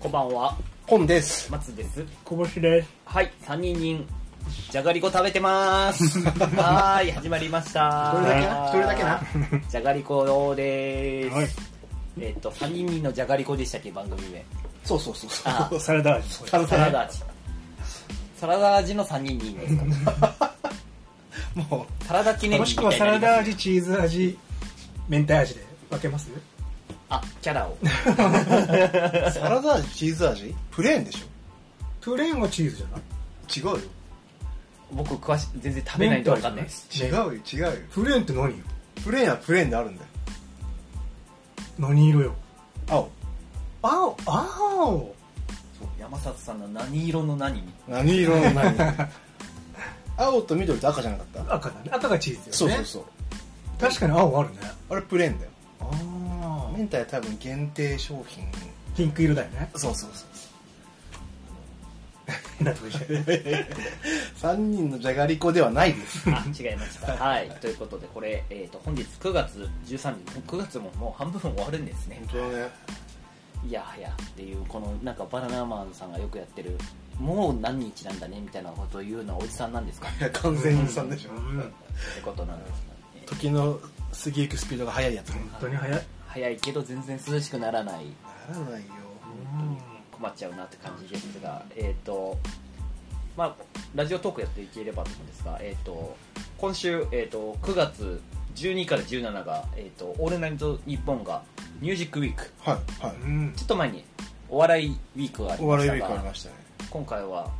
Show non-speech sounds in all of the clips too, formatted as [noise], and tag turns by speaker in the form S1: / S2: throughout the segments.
S1: こんばんは、
S2: コンです。
S1: 松です。
S3: こぼしです。
S1: はい、三人人、じゃがりこ食べて
S3: [laughs]
S1: ます。はーい、始まりました。
S2: 一人だけな一人だけな。
S1: じゃがりこでーす。
S3: はい
S1: えっ、と、三人人のじゃがりこでしたっけ、番組名。
S2: そうそうそう
S1: あ
S2: そう。
S3: サラダ味。
S2: サラ
S1: サ
S2: ダ
S1: ラ
S2: ね
S1: ダ味。サラダ味の三人人ですか。
S2: も
S1: サラダ記念
S3: も
S1: 日
S3: し
S1: みた
S3: く
S1: い
S3: は
S1: に
S3: サ
S1: な
S3: ラ
S1: ります
S3: ダ味、チーズ味、明太味で分けます
S1: あ、キャラを。
S2: う、サラダ味、チーズ味プレーンでし
S3: プレーンはチーズじゃない
S2: ょ違うよ。
S1: 僕、詳し、全然食べないとわかんないです。
S2: 違うよ、違うよ。
S3: プレーンって何よ
S2: プレーンはプレーンであるんだよ。
S3: 何色よ
S2: 青。
S3: 青青
S1: そう山里さんの何色の何に。
S2: 何色の何 [laughs] 青と緑と赤じゃなかった、
S3: 赤だね。赤がチーズよね。
S2: そうそうそう。
S3: 確かに青あるね。
S2: あれプレーンだよ。
S3: あ
S2: 明太は多分限定商品。
S3: ピンク色だよね。
S2: そうそう [laughs] そう。
S3: 変なとこ言っちゃ
S2: 3
S3: う
S2: 人のじゃがりこではない [laughs] です。
S1: あ、違いました。はい。ということで、これ、えっ、と、本日9月13日、もう9月ももう半分終わるんですね。
S2: 当だね。
S1: いやはやっていう、この、なんかバナナマンさんがよくやってる、もう何日なんだねみたいなことを言うのはおじさんなんです
S2: [laughs]
S1: か
S2: いや、完全にさんでしょ。
S3: うん本
S1: ってことなんですかね。
S2: 時の過ぎゆくスピードが速いやつね。
S3: 当に早い。
S1: 早いけど全然涼しくならない、
S2: ならないよ。
S1: 困っちゃうなって感じですが、えっ、と、まあ、ラジオトークやっていければと思うんですが、えっ、と、今週、えっ、と、9月12から17が、えっ、と、オールナイトニッポンが、ミュージックウィーク。
S2: はい、は
S3: う
S2: い。
S3: ん
S1: ちょっと前にお笑いウィークがあり
S2: お
S1: ま
S2: 笑
S1: し
S2: い
S1: た
S2: ウィークあり
S1: が
S2: ましたね。
S1: 今回は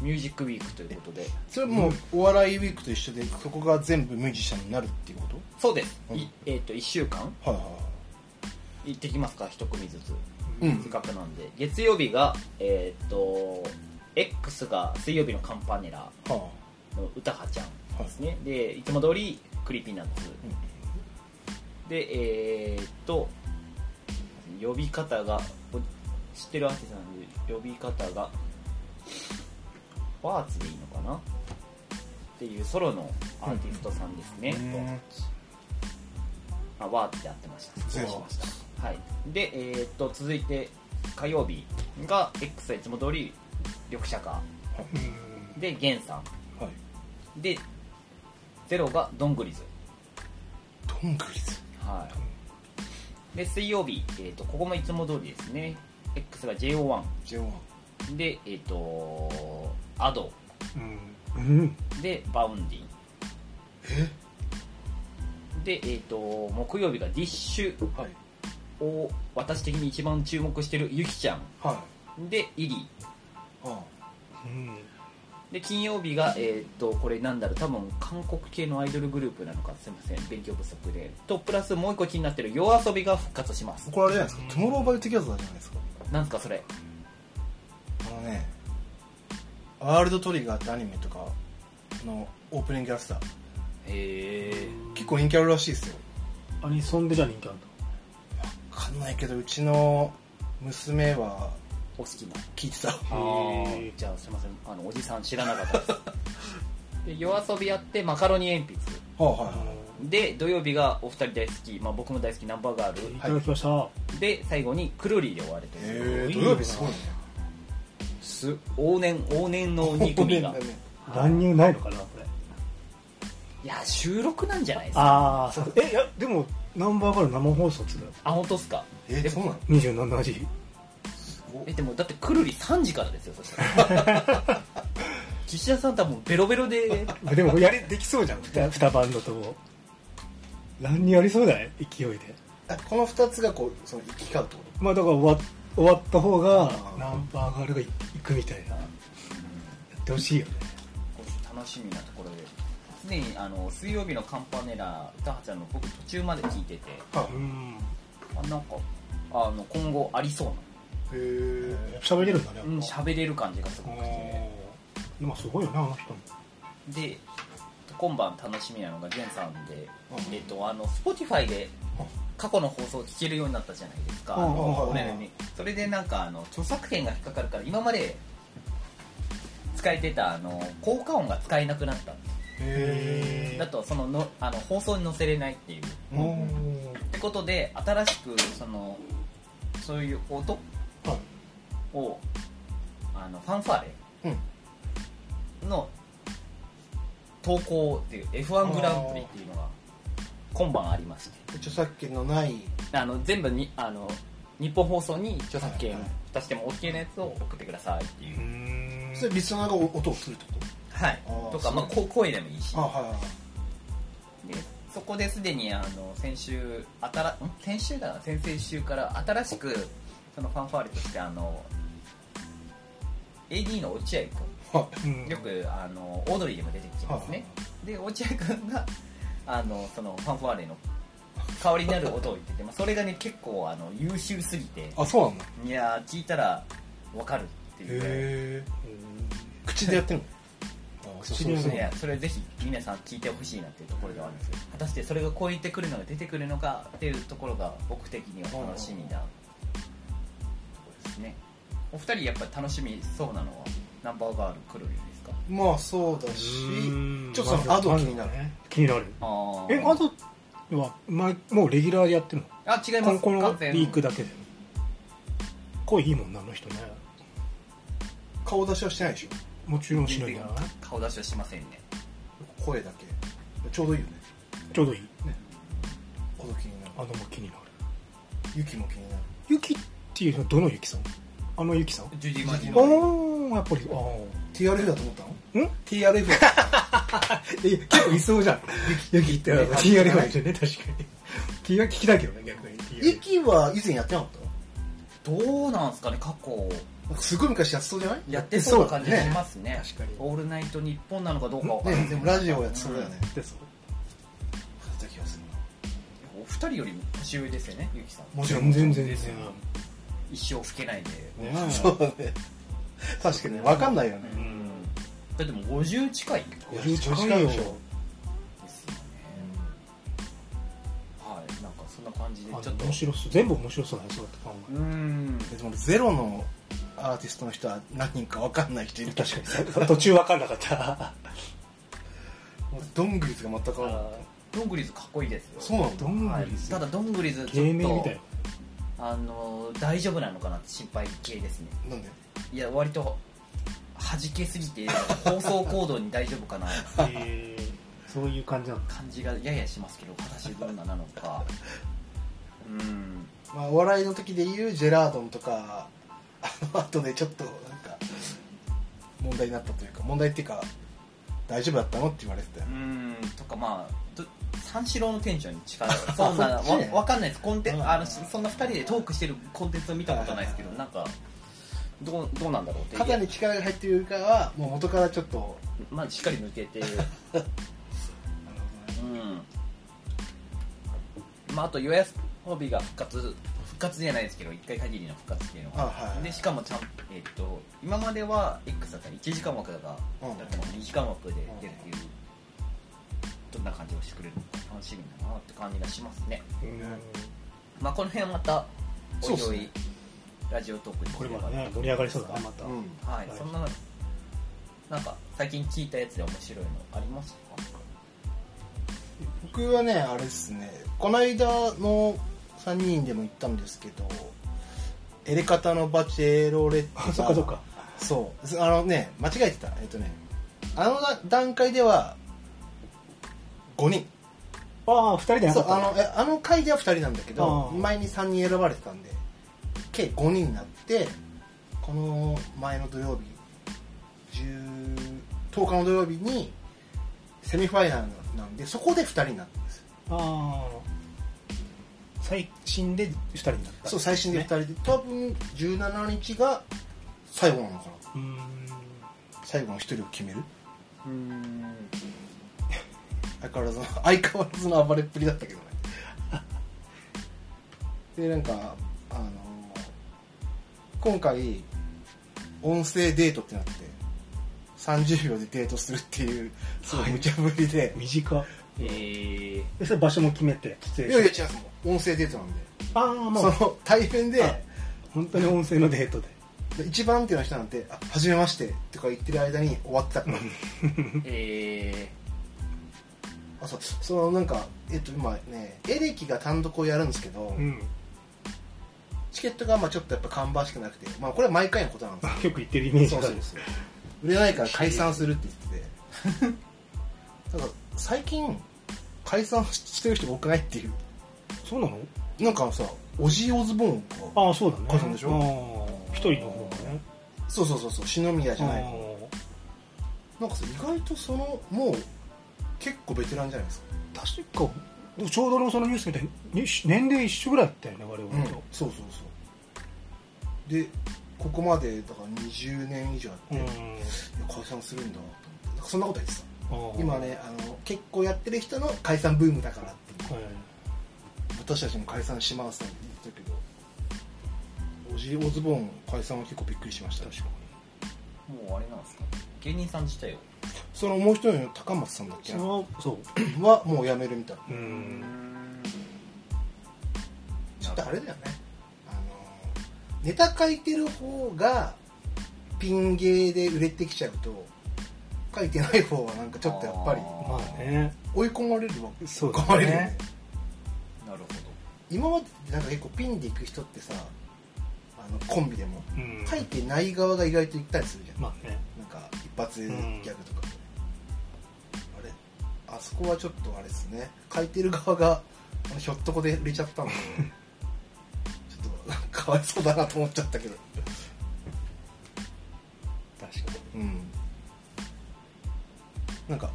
S1: ミュージックウィークということで
S2: それもうお笑いウィークと一緒でそこが全部ミュージシャンになるっていうこ
S1: そうです、
S2: うん
S1: いえっ、と1週間
S2: とはい
S1: 行ってきますか1組ずつ
S2: はいはい
S1: せっかくなんで月曜日がえっ、と X が水曜日のカンパネラ
S2: は
S1: の歌葉ちゃんですね、でいつも通りクリーピーナッツ
S2: あ、
S1: でえっ、と呼び方がこ知ってるアーティストなんで呼び方がワーツでいいのかなっていうソロのアーティストさんですね、
S2: うん
S1: とあワーツで合ってました
S2: 失礼
S1: し
S2: し
S1: ま
S2: ま
S1: し
S2: した
S1: はいでえっ、と続いて火曜日が X はいつも通り緑茶化
S3: うん
S1: でゲンさ
S2: はい
S1: んでゼロがドングリズ
S2: どんぐりず
S1: はい、で水曜日、えーと、ここもいつも通りですね、X が JO1、
S2: ジェオン
S1: で、えっ、と、Ado、
S3: うんうん
S1: で、バウンディ。で、えっ、と、木曜日がディッシ
S2: はい
S1: ュを私的に一番注目してるゆきちゃ
S2: はい
S1: ん、で、イリ
S2: あ
S3: う
S1: ー。
S3: ん
S1: で、金曜日が、えっ、と、これなんだろう、多分韓国系のアイドルグループなのか、すいません、勉強不足で。と、プラスもう一個気になってる夜遊びが復活します。
S2: これあれじゃないですかトゥモローバイトゥギャザーじゃないですか
S1: なんすか、それ。
S2: あのねワールドトリガーってアニメとかのオープニングやってた
S1: へー。
S2: 結構人気あるらしいですよ
S3: アニソンでじゃあ人気ある
S2: わかんないけどうちの娘は
S1: お好きな。
S2: 聞いてた
S1: あ
S3: へー
S1: じゃあすいませんあのおじさん知らなか
S2: [laughs]
S1: ったですで夜遊びやってマカロニ鉛筆
S2: はい
S3: と
S2: は
S1: で土曜日がお二人大好き、まあ、僕も大好きナンバーガー
S3: い
S1: ル
S3: ただきました
S1: で最後にくるりで終わると
S2: い
S1: いう
S2: へえ土曜日すごいね
S1: す往年往年の2組が
S3: 乱入ないのかなこれ
S1: いや収録なんじゃないですか
S3: ああそうえいやでもナンバーガール生放送っつうの
S1: あ本当っすか
S2: え
S1: で
S2: そうなの
S3: 27時
S1: えでもだってくるり3時からですよそしたら [laughs] 岸田さん多分ベロベロで
S3: でもやりできそうじゃ
S2: [laughs]
S3: ん 2, バンドとも乱入ありそうだね勢いで
S2: あこの2つがこうその行き交うってこ
S3: まあだから終わ終わった方が
S2: ー
S3: ナンバーガールが行くみたいなやってほしいよね
S1: 楽しみなところで常にあの水曜日のカンパネラ歌葉ちゃんの僕途中まで聞いてて
S2: とはい
S3: ん
S1: あなんかあの今後ありそう
S2: へえ
S3: 喋れるんだねや
S1: な
S3: っ
S1: うん喋、れる感じがす
S3: ぱ
S1: ごくて
S3: うん今すごいよなあの人も
S1: で今晩楽しみなのが源さんで、
S2: うん
S1: えっとあの Spotify で
S2: うん
S1: 過去の放送を聞けるようになったじゃないですか、
S3: うん
S1: あ
S3: うんうん
S1: の俺らにそれでなんかあの著作権が引っかかるから今まで使えてたあの効果音が使えなくなった
S2: へ
S1: だとそののあの放送に載せれないっていう
S2: ーおー
S1: ってことで新しくそのそういう音
S2: はい
S1: をあのファンファーレの投稿っていう F1 グランプリっていうのが今晩ありまして
S2: 著作権のない
S1: あの全部にあの日本放送に著作権
S2: はいはい
S1: 出しても OK なやつを送ってくださいっていう
S3: ー、ん
S2: それリスナーが音をするってこと
S1: はい
S2: あー
S1: とか、まあ、
S2: そ
S1: こう声でもいいし
S2: あはいはいはい
S1: でそこですでにあの先週あたらん先週だな先々週から新しくそのファンファーレとしてあの AD の落合
S2: は
S3: うん
S1: 君よくあのオードリーでも出てきてますねで落合君があのそのファンファーレの香りになる音を言ってて、まあ、それがね結構あの優秀すぎて
S2: あそうなんだ
S1: いやー聞いたらわかるっていうぐらい
S2: へえ口でやってるの
S3: 口でやる
S1: いやそれぜひ皆さん聞いてほしいなっていうところではあるんですけど果たしてそれが超えてくるのが出てくるのかっていうところが僕的には楽しみなところですねお二人やっぱり楽しみそうなのはナンバーガールクロリーですか
S2: まあそうだしちょっとそのアド気になる
S3: ね気になる
S1: あ
S3: えアドは前もうレギュラーでやってるの
S1: あ違いま
S3: この
S1: す
S3: この
S1: 完
S3: ウ
S1: 全
S3: ィークだけで声いいもんなあの人ね
S2: 顔出しはしてないでし
S3: もちろんしないんだな
S1: 顔出しはしませんね
S2: ょ声だけちょうどいいよね
S3: ちょうどいい
S2: 音気になる
S3: あのも気になる
S2: 雪も気になる
S3: ユキっていうのはどのユキさんあのユキさんあ
S1: ジュディ・マジ
S2: ジュディマジ
S1: の
S3: あやっぱりああ
S2: TRF だと思ったの
S3: ん
S2: ?TRF だ
S3: いや結構いそうじゃんユ [laughs] キって TRF だよね確かに気が聞きたいけどね逆に TRF
S2: 雪は以前やってなかっ
S1: どうなんすかね過去
S2: たなんかすごい昔やってそうじゃない
S1: やってそうな感じがしますね
S3: 確かに
S1: オールナイト日本なのかどうかわかんない
S2: ねでもラジオやってそうだよね
S3: でそう
S2: やった気がする
S1: お二人よりも年上ですよねゆきさん
S2: な
S3: 全然全然
S1: ですよ一生吹けないで
S3: ね
S2: そうだね確かにわかんないよね
S1: うんだってもう50近い
S3: 50近いよ
S1: ですよねはいなんかそんな感じで
S3: あ
S1: ちょっと
S3: 面白そう全部面白そうだねそうだって考
S1: うーん
S2: でもゼロのアーティストの人は何人かわかんない人い
S3: え
S2: る
S3: 確かに途中分かんなかった
S2: もうどんぐりとか全くわかんない
S1: ドングリズかっこいいですよ
S2: そうなの
S3: [laughs] どんぐ
S1: はい
S3: り
S1: ただドングリズち
S3: 芸
S1: ょっ
S3: 名みた
S1: と
S3: いな
S1: あの大丈夫なのかなって心配系ですね
S2: なんで
S1: いや割と弾けすぎて放送行動に大丈夫かな
S3: [laughs] えーそういう感じなの
S1: 感じがややしますけど果たしてどんななのかうん
S2: まあお笑いの時で言うジェラードンとかあの後でちょっとなんか問題になったというか問題っていうか大丈夫だったのって言われてたよ
S1: うーんとかまあど三四郎のテンションに近い [laughs] そんなわ
S2: そっちね
S1: わかんないですコンテ
S2: うん
S1: あのしそんな二人でトークしてるコンテンツを見たことないですけど
S2: はい
S1: なんかどうどうなんだろうって
S2: 肩に力が入ってるよりかはもう元からちょっと
S1: まあしっかり抜け [laughs] てうんまああと夜遊びが復活復活じゃないですけど一回限りの復活っていうの
S2: あ
S1: が
S2: はい
S1: でしかもちゃんえっと今までは X だったら1時間枠だが
S2: うん
S1: だったら2時間枠で出るっていうどんな感じをしてくれるのか楽しみだなって感じがしますねまあこの辺はまたおい
S2: そう
S1: お
S2: っす
S1: い
S2: ね
S1: ラジオトークにす
S3: これ
S1: れば
S3: までね盛り上がりそうだなまた、
S2: うん
S1: はいそんななんか最近聞いたやつで面白いのありますか
S2: 僕はねあれですねこの間の3人でも行ったんですけどエレカタのバチェロレッテ
S3: あ
S2: が
S3: そっかそっか
S2: そうすあのね間違えてたえっとねあのな段階では5人
S3: ああ2人でな
S2: そ
S3: か
S2: うあ
S3: った
S2: のえあの回では2人なんだけど
S3: あー
S2: 前に3人選ばれてたんで計5人になってこの前の土曜日10 10日の土曜日にセミファイナルなんでそこで2人になったんですよ
S3: あー最新で2人になった
S2: そう最新で2人で、多分17日が最後なのかな
S3: うーん
S2: 最後の1人を決める
S1: うん
S2: 相変わらずの [laughs] 相変わらずの暴れっぷりだったけどね [laughs] でなんかあの今回音声デートってなって30秒でデートするっていうすごい無茶ぶりで、
S3: 短
S1: えー
S3: でそれ場所も決めて出
S2: い、
S3: 演
S2: やいや違うんですもん音声デートなんで、
S3: ああもう
S2: その大変で
S3: あ本当に音声のデートで
S2: 一番手の人なんて「あはじめまして」とか言ってる間に終わってたから
S1: え
S2: あそうそのなんかえっと今ねエレキが単独をやるんですけど、
S3: ん
S2: チケットがまあちょっとやっぱ芳しくなくて、まあ、これは毎回のことなんです
S3: よく言ってるイメー
S2: け
S3: ジ
S2: ど
S3: が
S2: そうそうそう売れないから解散するって言っててなんか最近解散してる人が多くないっていう
S3: そうなの
S2: なんかさオジー・オズボーンが
S3: ああそうだね
S2: 母さんでしょ
S3: ああ一人の方がね
S2: そうそうそうそう篠宮じゃない
S3: ああ
S2: 方なんかさ意外とそのもう結構ベテランじゃないですか
S3: 確かでもちょうどのそのニュースみたいにに年齢一緒ぐらいだったよね我々と、
S2: そうそうそうでここまでだから20年以上やって、
S3: う
S2: い
S3: ん
S2: や解散するんだと思ってなんかそんなこと言ってた
S3: ああ
S2: 今ねあの結構やってる人の解散ブームだからって
S3: はい
S2: 私たちも解散しますって言ってたけどオジー・オズボーン解散は結構びっくりしました
S3: 確かに
S1: もうあれなんですか芸人さん自体を
S2: そのもう一人の高松さんだっけ
S3: そ
S2: な
S3: のそう
S2: はもう辞めるみたい
S3: うん、
S2: ちょっとあれだよねあのネタ書いてる方がピン芸で売れてきちゃうと書いてない方はなんかちょっとやっぱり
S3: まあね
S2: 追い込まれるわけ
S3: そう
S2: 追い込ま
S3: だ
S2: れるよ
S3: ね
S2: ね
S1: なるほ
S2: 今までってなんか結構ピンで行く人ってさあのコンビでも
S3: うん
S2: 書いてない側が意外と行ったりするじゃん、
S3: まあね
S2: なんか一発ギャグとか、あれあそこはちょっとあれですね書いてる側があのひょっとこで売れちゃったのでちょっとなんかかわいそうだなと思っちゃったけど
S3: 確かに
S2: うんなんか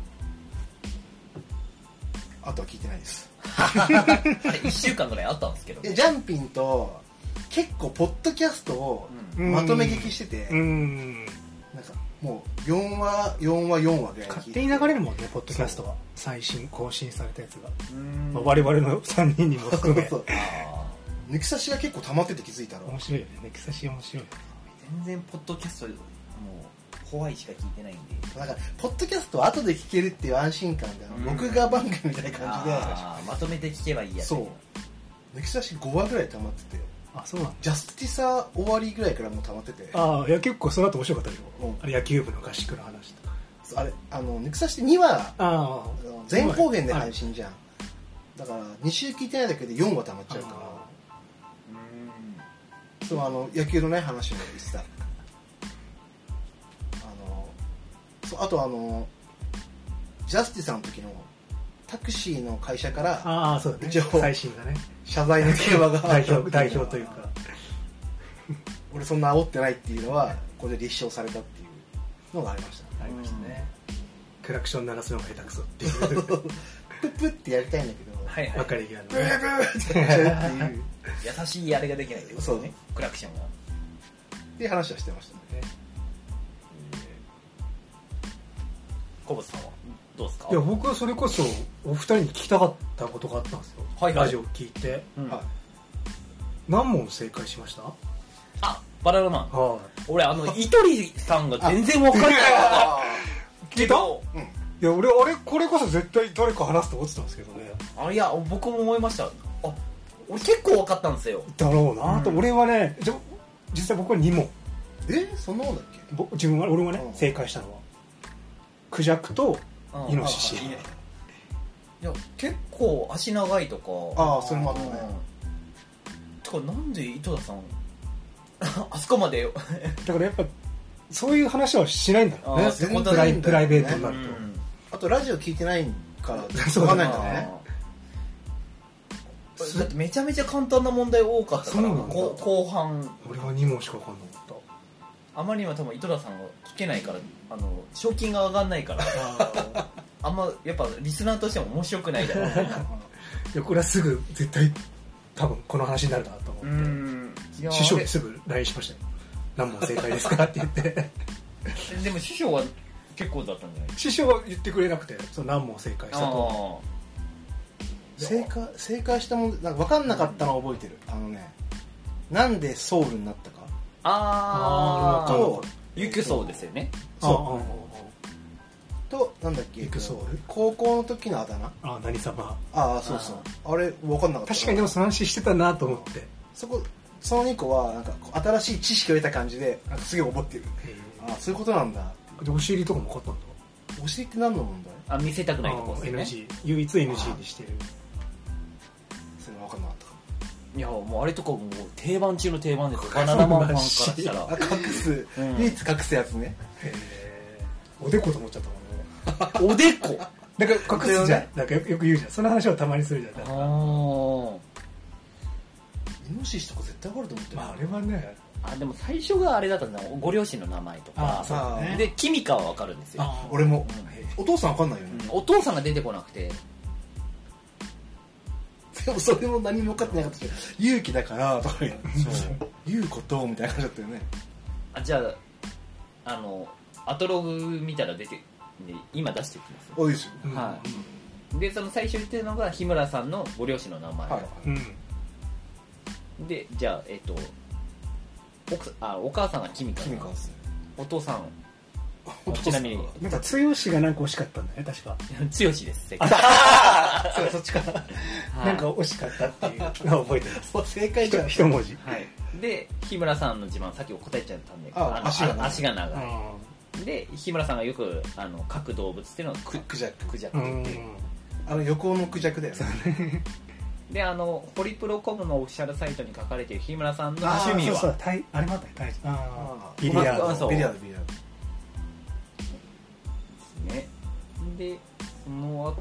S2: あとは聞いてないです
S1: どあれ1週間ぐらいあったんですけど
S2: でジャンピンと結構ポッドキャストを
S1: うん
S2: まとめ聞きしてて、
S3: うん
S2: なんかもう4話4話4話ぐらい聞いて
S3: 勝手に流れるもんねポッドキャストは最新更新されたやつが、
S1: うん
S3: まあ、我々の3人にも
S2: そ
S3: 含
S2: う
S3: [laughs] め
S2: そう
S1: あ
S2: 抜き差しが結構溜まってて気づいたら
S3: 面白いよね抜き差し面白いよね
S1: ー全然ポッドキャストもう怖いしか聞いてないんで
S2: なんかポッドキャストは後で聞けるっていう安心感で、
S1: うん
S2: 録画番組みたいな感
S1: あーまとめて聞けばいい
S2: じで
S1: や
S2: そう抜き差し5話ぐらい溜まってて
S3: あそうなんだ
S2: ジャスティサー終わりぐらいからもう溜まっててあ
S3: ああいや結構その後面白かったでしょ、
S2: うん
S3: あれ野球部の合宿の話とか
S2: れあの抜き差しって2話
S3: あ
S2: あの前後編で配信じゃんだから2週聞いてないだけで4話溜まっちゃうか
S1: う
S2: らそうあの野球のね話も言ってたあのそうあとあのジャスティサーの時のタクシーの会社から
S3: ああそうだね
S2: 一応
S3: 最新 [laughs] がね
S2: 謝罪の電話が
S3: [laughs] 代
S2: [laughs]
S3: 表代表というか
S2: 俺そんな煽ってないっていうのはこれで立証されたっていうのがありました
S3: ありましたねクラクション鳴らすのが下手くそっていう [laughs]
S2: プップってやりたいんだけど、
S1: はいは
S3: 分か
S1: い
S3: り際の
S2: ブーブーってやっちゃうっていう
S1: 優しいあれができないってこと
S2: そう
S1: ねクラクションは
S2: っていう話はしてましたね
S1: 小渕さんはどうですか
S3: いや僕はそれこそお二人に聞きたかったことがあったんですよ、
S1: はいはい
S3: ラジオ聞いて
S1: うん
S2: はい
S3: 何問正解しましたは
S1: あバナナマン
S3: い
S1: 俺あのイトリさんが全然わかんないわけど
S3: いや俺あれこれこそ絶対誰か話すと思ってたんですけどね
S1: あいや僕も思いましたあ俺結構わかったんですよ
S3: だろうなと、
S1: うん
S3: 俺はねじゃ実際僕は2問
S2: えそんなもんだっけ
S3: ぼ自分は俺はね、
S2: うん
S3: 正解したのはクジャクと
S1: うん
S3: イノシシ
S2: あはいはい
S1: いや結構足長いとか
S2: ああそれもあったね
S1: てかなんで井戸田さん [laughs] あそこまで
S3: だからやっぱそういう話はしないんだろうね
S1: あそう
S3: プライプライベートに
S2: に
S3: な
S2: な
S3: る
S2: る
S3: と、
S2: あとラジオ聞いてないから
S3: [laughs] そう
S2: 分
S3: だ
S2: かん
S3: ね
S2: ないんだね
S1: あーだってめちゃめちゃ簡単な問題多かったから
S3: そうなんだ
S1: こ後半
S3: 俺は2問しか分かんなかった
S1: あまりにも多分井戸田さんが聞けないからあの賞金が上がんないからあんまやっぱリスナーとしても面白くないだろうな
S3: [laughs] いやこれはすぐ絶対多分この話になるなと思
S1: う
S3: って、
S1: んいや
S3: 師匠
S1: あ
S3: にすぐ LINE しましたよ何問正解ですかって言って
S1: れでも師匠は結構だったんじゃない
S3: [laughs] 師匠は言ってくれなくてその何問正解したと
S1: あ
S2: 正解正解したもんなんか分かんなかったのは覚えてるあのねなんでソウルになったか
S1: ああ
S3: あー
S1: とゆくそうですよね
S2: そ
S3: あ
S2: となんだっけ
S3: 行くソウル
S2: 高校の時のあだ名
S3: あああ何様
S2: ああそうそうあれ分かんなかった
S3: 確かにでもその話してたなと思って
S2: そこその2個はなんかこう新しい知識を得た感じでなんかすげえ覚えてるああそういうことなんだ
S3: でお尻とかも買ったんだ
S2: お尻って何の問題
S1: あ見せたくないとこ
S3: あ
S1: ですよね
S3: NG 唯一 NG にしてる
S2: それは分かんなかったか
S1: いやもうあれとかもう定番中の定番ですよバナ
S3: そ
S1: ナ
S3: う
S1: マンファン
S3: ら
S1: から
S3: しい
S1: したら
S2: あ隠す、
S1: うん
S2: 唯一隠すやつね
S3: えーおでこと思っちゃったもんね
S1: おでこ
S3: なんか隠すじゃんなんかよくよく言うじゃんその話をたまにするじゃん
S1: あ
S2: イノシシとか絶対怒ると思ってる、
S3: まああれはね
S1: あでも最初があれだったんだご両親の名前とか
S2: そうだね
S1: でキミカはわかるんですよ、
S3: あ
S2: 俺も
S1: うん
S2: お父さんわかんないよね、
S1: うんお父さんが出てこなくて
S2: でもそれも何も分かってなかったけど勇気だからとか言う
S3: そう
S2: 言うことみたいな感じだったよね
S1: あじゃああのアトログ見たら出てで今出しておきます
S2: 多いですよ
S3: うん
S1: はでその最初言ってるのが日村さんのご両親の名前、
S2: はい
S3: うん
S1: でじゃあえっ、と奥さんあお母さんがキミカ
S2: 君かっすね
S1: お父さん
S2: お父さん
S1: ちなみに [laughs]
S3: なんか剛がなんか惜しかったんだよね確か
S1: 剛です正解
S2: そうそっちか
S1: はい
S3: なんか惜しかったっていうのを覚えてます
S2: そう正解じゃん
S3: 一一文字
S1: はい、で日村さんの自慢さっき答えちゃったんで
S2: あ
S1: の
S2: 足が長い
S1: 足が
S3: う
S1: 長い、
S3: ん
S1: で日村さんがよくあの書く動物っていうのはク
S2: クジャク
S1: クジャ
S3: う
S1: ク
S3: ん
S1: っていう
S2: あの横のクジャクだよね
S1: であのホリプロコムのオフィシャルサイトに書かれている日村さんの
S2: あー
S1: 趣味
S3: そうそ
S1: は
S3: うタイあれもあったねタイあービリヤ
S1: あ
S3: ー
S1: そ
S3: ド
S1: う
S2: ビリヤードビリヤード
S1: ねでその後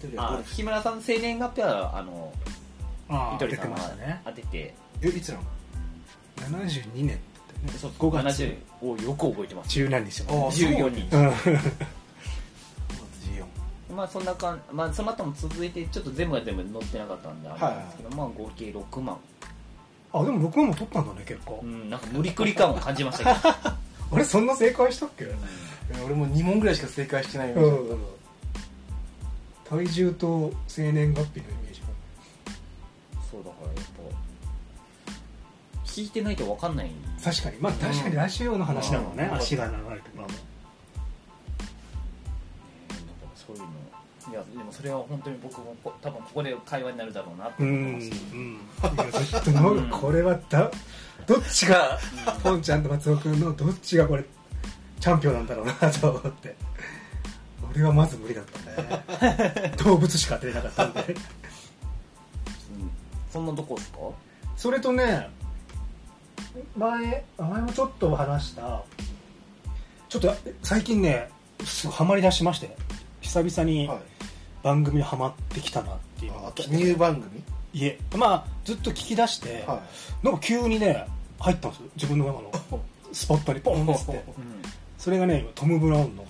S2: 一人
S1: が
S2: はゴ
S1: あ
S2: ルフ
S1: 日村さんの生年月日はあの
S3: あ
S1: ゆ
S3: ー
S1: とり
S3: 出
S1: さ
S3: て
S1: ん
S3: ま
S1: が
S3: したね
S1: 当てて
S2: えいつなの
S3: 72年ってね
S1: そう
S3: 5月
S1: 70をよく覚えてます
S3: 十何日だ
S2: あ
S3: もん
S2: ー
S3: ね
S1: 14人
S3: うん
S2: 14
S1: まあそんなかん、まあ、その後も続いてちょっと全部が全部載ってなかったんであれなんですけど、まあ合計6万
S3: [laughs] あでも6万も取ったんだね結構
S1: うんなんか無理くり感を感じましたけど
S3: 俺そんな正解したっけ
S2: え俺も2問ぐらいしか正解してないよ、
S3: うん体重と生年月日のイメージ
S1: [laughs] そうだからやっぱ聞いてないと分かんない
S3: 確かにまあ確かにラジオの話だもんね、
S1: うん
S3: 足が長いとかも
S1: そういうのいやでもそれは本当に僕もこ多分ここで会話になるだろうなと
S3: う
S1: 思っ
S3: ん
S1: て
S3: う
S1: ました
S3: んいやずっともうこれはだどっちがポンちゃんと松尾君のどっちがこれチャンピオンなんだろうなと思って俺はまず無理だったね動物しか当てれなかったんで
S1: うんそんなとこですか
S3: それとね前前もちょっと話したちょっと最近ねすごいハマりだしまして久々に
S2: はい、
S3: 番組にハマってきたなっていうの
S2: あ
S3: が
S2: と
S3: 来
S2: ニ
S3: て
S2: ュー番組
S3: いえまあずっと聞き出して、
S2: は
S3: なんか急にね入ったんですよ自分の中のスポットにポンっつって
S1: うん
S3: それがね今トム・ブラウンのが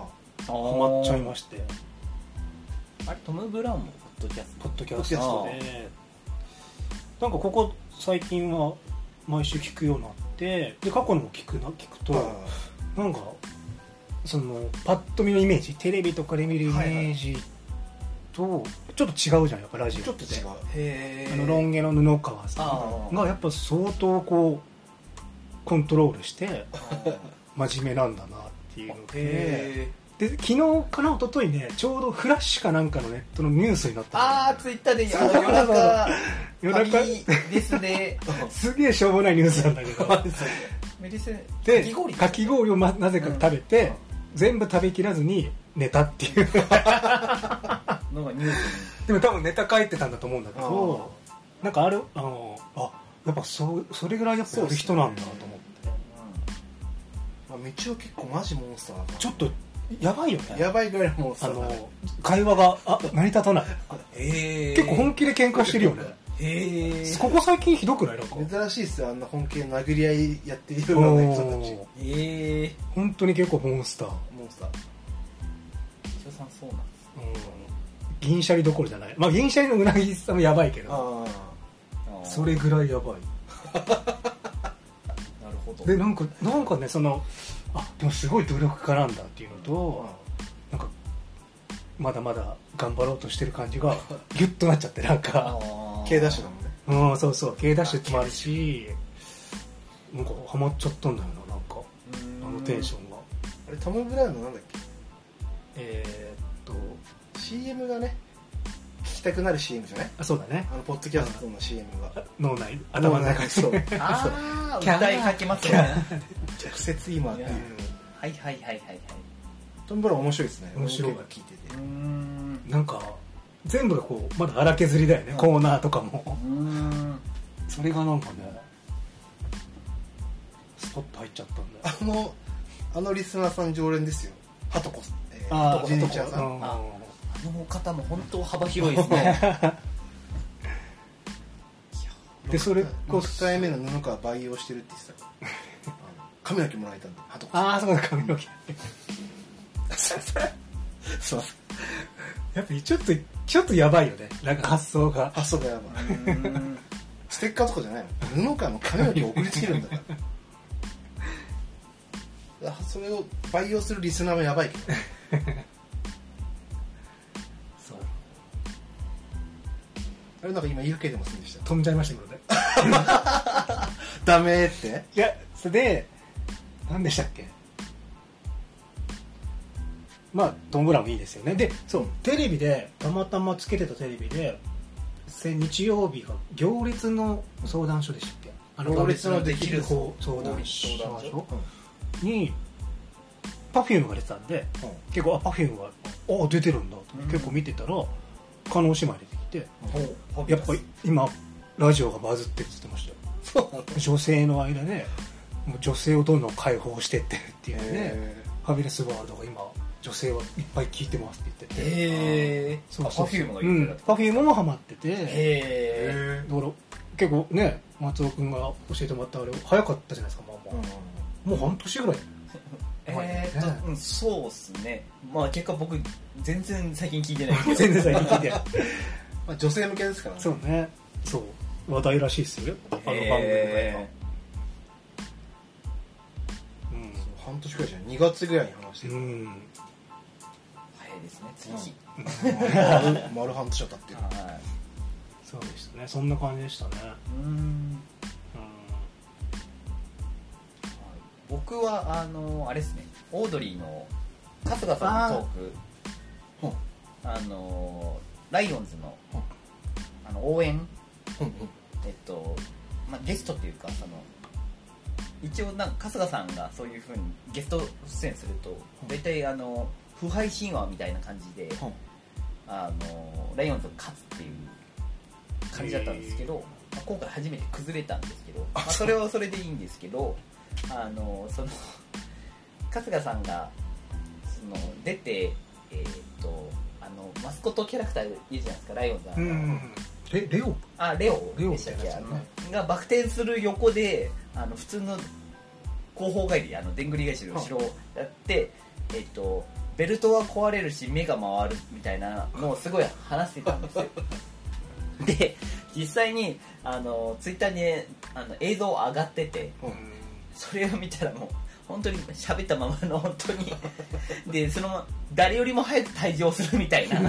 S2: あ
S1: ハ
S3: ハマっちゃいまして
S1: たあれトム・ブラウンもポッドキャス
S3: ポッドキ
S2: ポ
S3: ャ
S2: ッドキ
S3: ス
S1: ス
S2: ャ
S1: ト
S3: ト
S1: ね
S3: でなんかここ最近は毎週聞くようになってで過去のも聞くな聞くと、
S2: あ
S3: なんかそのパッと見のイメージテレビとかで見るイメージと、ちょっと違うじゃんやっぱラジオ
S2: ちょっと違うへ
S3: あのロン毛の布川さ
S2: [laughs]
S3: んがやっぱ相当こうコントロールして
S1: ト
S3: 真面目なんだなっていうので
S2: へえ
S3: で昨日かな一昨日ねちょうどフラッシュかなんかのネットのニュースになった
S1: ああツイッターで
S2: そ
S1: 夜
S2: うそうそう
S1: 中
S3: 夜中
S1: 鍵ですね
S3: すげえしょうもないニュースなんだけど
S1: メリセン
S3: で
S1: かき氷
S3: かき氷をまなぜか食べて、
S1: うん
S3: 全部食べきらずに寝たっていう
S1: のがニュース
S3: でも多分ネタ書いてたんだと思うんだけどなんかあるあのあやっぱそうそれぐらいやっぱやる人なんだなと思って、
S2: まあ、道を結構マジモンスターだな
S3: ちょっとやばいよね
S2: やばいぐらいのモンスタ
S3: あ
S2: ーだね
S3: の会話があ成り立たない
S2: へえ
S3: 結構本気で喧嘩してるよね
S2: へえ
S3: ここ最近ひどくないなんか
S2: 珍しいっすよあんな本気で殴り合いやっているような人たち
S3: おー
S1: ええー、
S3: 本当に結構モンスター、うん、
S2: モンスター
S1: 千代さんそうなんです
S3: 銀シャリどころじゃないまあ銀シャリのうなぎさんもやばいけど
S2: あ
S1: あー
S3: それぐらいやばい
S1: なるほど
S3: でなんかなんかねそのあでもすごい努力家なんだっていうのと、なんかまだまだ頑張ろうとしてる感じがギュッとなっちゃってなんか
S2: あ K ダッシュだもんね
S3: うんそうそう K ダッシュってもあるしなんかハマっちゃったんだよななんかあのテンションが
S2: あれトム・ブラウンのなんだっ
S3: えーっと
S2: け CM がね聞きたくなる CM じゃない
S3: あそうだね
S2: あのポッドキャストの CM が
S3: 脳内頭の中に
S2: そう
S1: ョンああ
S3: キャー
S1: 歌いかけますよね
S2: 直接今っていう
S1: いやはいはいはいはいはい
S2: トム・ブラウン面白いですね
S3: 面白い
S2: 音楽聞いてて
S1: うーん
S3: なんか全部がこうまだ荒削りだよね、コーナーとかも
S1: うーん
S3: それがなんかねスポッと入っちゃったんだよ
S2: あのあのリスナーさん常連ですよハトコえー
S3: あ
S2: ハトコジェニチャーさん
S1: あ
S3: ん
S1: あの方も本当幅広いですね
S3: [laughs] でそれこ
S2: 6回目の布川培養してるって言ってたから [laughs] あの髪の毛もらえたんでハトコ
S3: ああそうだ髪の毛
S2: すいません
S3: やっぱりちょっとちょっとやばいよねなんか発想が
S2: 発想がやばいステッカーとかじゃないの布川の髪の毛送りつけるんだからあ
S3: [laughs]
S2: それを培養するリスナーもやばいけど
S3: そう
S2: あれなんか今言いかけてませんでした
S3: 飛んじゃいましたけどね
S2: ダメーって
S3: いやそれで何でしたっけまあトム・ブラウンいいですよねでそうテレビでたまたまつけてたテレビで先日曜日が行列の相談所でしたっけあ
S2: 行列のできる
S3: 方相談所にパフュームが出てたんで結構あパフュームがあ出てるんだと思って、
S1: うん
S3: 結構見てたら加納姉妹出てきて
S1: ほう
S3: やっぱり今ラジオがバズってるって言ってましたよ
S2: そうなの
S3: 女性の間でもう女性をどんどん解放してってるっていうね
S2: へ
S3: ファビュラスワールドが今女性はいっぱい聞いてますって言ってて
S1: へえ
S3: そうそう
S1: パフュームが
S3: う
S1: 言って
S3: ん
S1: たって
S3: パフュームもハマってて
S1: へえ
S2: え
S3: だから結構ね松尾君が教えてもらったあれ早かったじゃないですかまあまあ、もう半年ぐらい [laughs]
S1: えーっと、うん、そうっすね。まあ結果僕、全然最近聞いてないけど。
S3: [laughs] 全然最近聞いてない
S2: まあ、女性向けですからね
S3: そうねそう話題らしいですよあの番組が今、
S1: え
S3: うん
S2: そう半年くらいじゃない2月ぐらいに話して
S3: う
S2: る、
S3: ん
S1: ー早いですね、次。
S2: 丸丸半年は経
S3: [laughs]
S2: ってる
S1: はい
S3: そうでしたねそんな感じでしたね
S1: うーん
S3: うん
S1: 僕は、あの、あれですね、オードリーの春日さんのトーク、あの、ライオンズの
S2: うん
S1: あの応援、
S2: うんうん
S1: えっと、まあ、ゲストっていうか、その、一応なんか春日さんがそういうふうにゲスト出演すると、大体あの、腐敗神話みたいな感じで、
S2: うん
S1: あのライオンズが勝つっていう感じだったんですけど、まあ今回初めて崩れたんですけど、まあ、それはそれでいいんですけどあのその春日さんがその出て、えー、とあのマスコットキャラクターいるじゃないですかライオンズは
S3: うんうんうんレレオ
S1: あレオでしたっけ
S3: レ
S1: あ
S3: オみたいなやつだね
S1: のがバク転する横であの普通の後方返りあのでんぐり返しの後ろをやって、えっとベルトは壊れるし目が回るみたいなのをすごい話してたんですよで実際にあのツイッターにあの映像上がってて
S2: うん
S1: それを見たらもう本当に喋ったままの本当にでその誰よりも早く退場するみたいな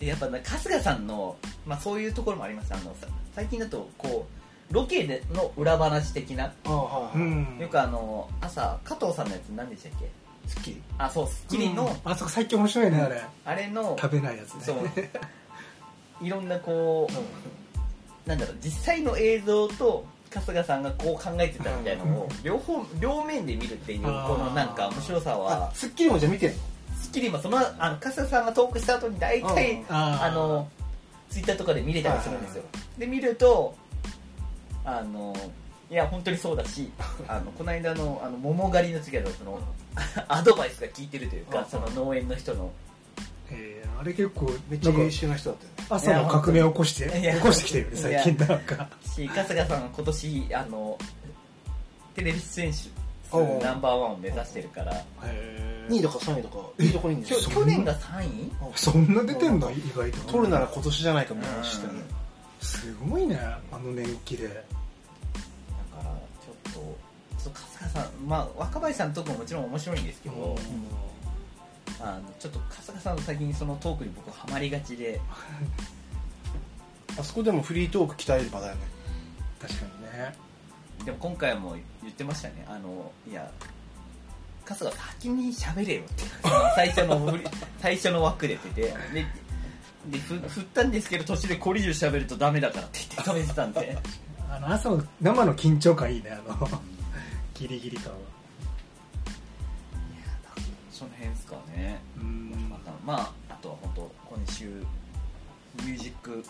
S1: でやっぱな春日さんの、まあ、そういうところもありますあのさ最近だとこうロケでの裏話的な、
S2: ああはい
S3: うん
S2: はい、
S3: うん
S1: よくあの朝加藤さんのやつ何でしたっけ
S2: スッキリ
S1: あそう『スッキリの、
S3: うんあそこ最近面白いねあれ
S1: あれの
S3: 食べないやつね [laughs]
S1: そういろんなこう、なんだろう実際の映像と春日さんがこう考えてたみたいなのを両方両面で見るっていうこ
S3: あー
S1: のなんか面白さ
S2: あ
S1: は
S2: スッキリもじゃあ見てんの
S1: 『スッキリもそのあの春日さんがトークした後に大
S2: う
S1: 体
S2: ん
S3: あー
S1: あのツイッターとかで見れたりするんですよで見るとあのいや本当にそうだしあのこの間のあの桃狩りの次はその [laughs] アドバイスが効いてるという
S2: う
S1: か
S2: ん
S1: その農園の人の
S3: えーあれ結構
S2: めっちゃ
S3: なん
S2: 優
S3: か
S2: 秀な人だったよね
S3: 朝の革命を起こして
S1: いや
S3: 起こしてきてるよね
S1: い
S3: 最
S1: や
S3: 近なんか
S1: し春日さんは今年あのテレビ出演数
S2: おう
S1: ナンバーワンを目指してるから
S2: 2位とか3位とかいいとこにいるん
S1: きょ
S2: ですよ
S1: 去年が3位
S3: そんな出てんだ意外と
S2: 取るなら今年じゃないかみたいな話してたね
S3: すごいねあの年季で
S1: だからちょっとちょっと春日さんまあ若林さんのとこももちろん面白いんですけど、あのちょっと春日さんの先にそのトークに僕はまりがちで
S2: あそこでもフリートーク鍛える場だよね
S3: 確かにね
S1: でも今回も言ってましたねあのいや春日先に喋れよってその最初の [laughs] 振り最初の枠で出ててででふ振ったんですけど途中でこれ以上喋るとダメだからって言って止めてた [laughs] んで
S3: あの朝の生の緊張感いいねあの [laughs] ギリギリ感は
S1: その辺ですかね
S3: うん
S1: まああとは先週ミュージックウ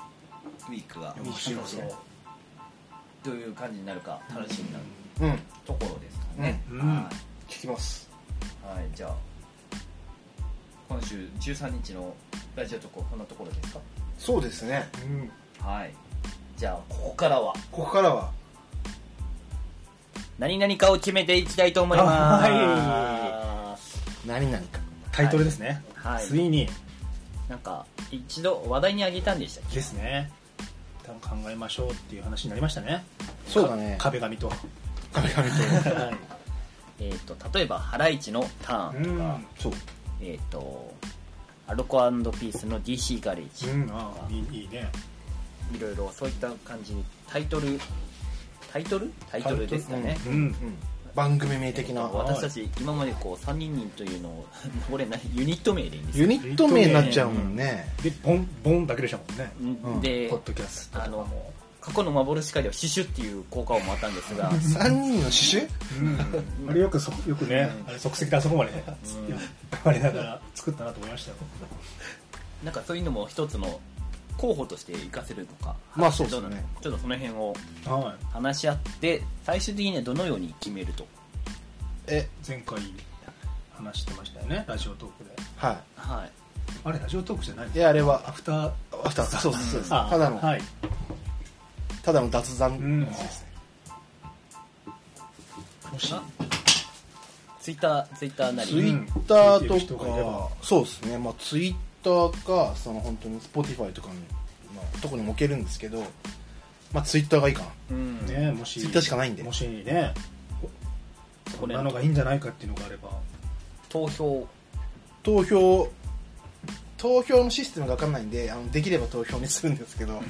S1: ィークが
S2: 面白そう
S1: どういう感じになるか楽しみな
S2: うん
S1: ところですかね、
S3: うん
S1: は
S2: 聞きます
S1: い、はい、じゃあ今週13日のラジオとここんなところです
S2: そうですね
S3: うん
S1: かはいじゃあここからは
S2: ここからは
S1: 何々かを決めていきたいと思います
S2: 何々か
S3: タイトルですね、
S1: はい
S3: ついに
S1: なんか一度話題にあげたんでしたっけ
S3: ですね多分考えましょうっていう話になりましたね
S2: そうだね
S3: か壁紙と
S2: 壁紙と
S3: [laughs] はい
S1: えー、と例えばハライチのターンとか、
S2: そう
S1: えっ、とアルコピースの DC ガレージ、
S3: うんああいいいいね
S1: いろいろそういった感じにタイトルタイトルタイトルですかね、
S3: うん
S2: うん番組名的な
S1: 私たち今までこう3人人というのを [laughs] これ何ユニット名でいいんです
S2: ユニット名になっちゃうもんね
S3: でボンボンだけでしたもんね
S1: か、
S2: うん
S1: で
S3: ポッドキャスト
S1: あの過去の幻界ではシュシュっていう効果音もあったんですが
S2: 3人の刺繍
S3: うんあれよくそよくね、あれ即席であそこまで、 [laughs] ね
S1: うん
S3: あれだから作ったなと思いましたよ
S1: [laughs] なんかそういうのも一つの候補として活かせるとか
S2: まあそうですね
S1: どなのかちょっとその辺を
S3: は
S1: 話し合って最終的にはどのように決めると
S2: え
S3: い前回話してましたよねラジオトークで
S2: は
S1: はい
S3: あれラジオトークじゃない
S2: いいやあれは
S3: アフター
S2: アフターそうですそうです
S3: ああ
S2: ただの
S3: はい
S2: ただの雑談
S3: うん
S2: ですね
S3: もし
S1: ツイッターツイッターなり
S2: ツイッタ
S3: うん
S2: ーとかそうですねまあツイッターかその本当に Spotify とかのまあとこにも置けるんですけどまあツイッターがいいかな
S1: うん
S3: ねもし
S2: ツイッターしかないんで
S3: もしね
S1: こ
S3: こん
S1: れ
S3: なのがいいんじゃないかっていうのがあれば
S1: 投票
S2: 投票投票のシステムが分かんないんであのできれば投票にするんですけど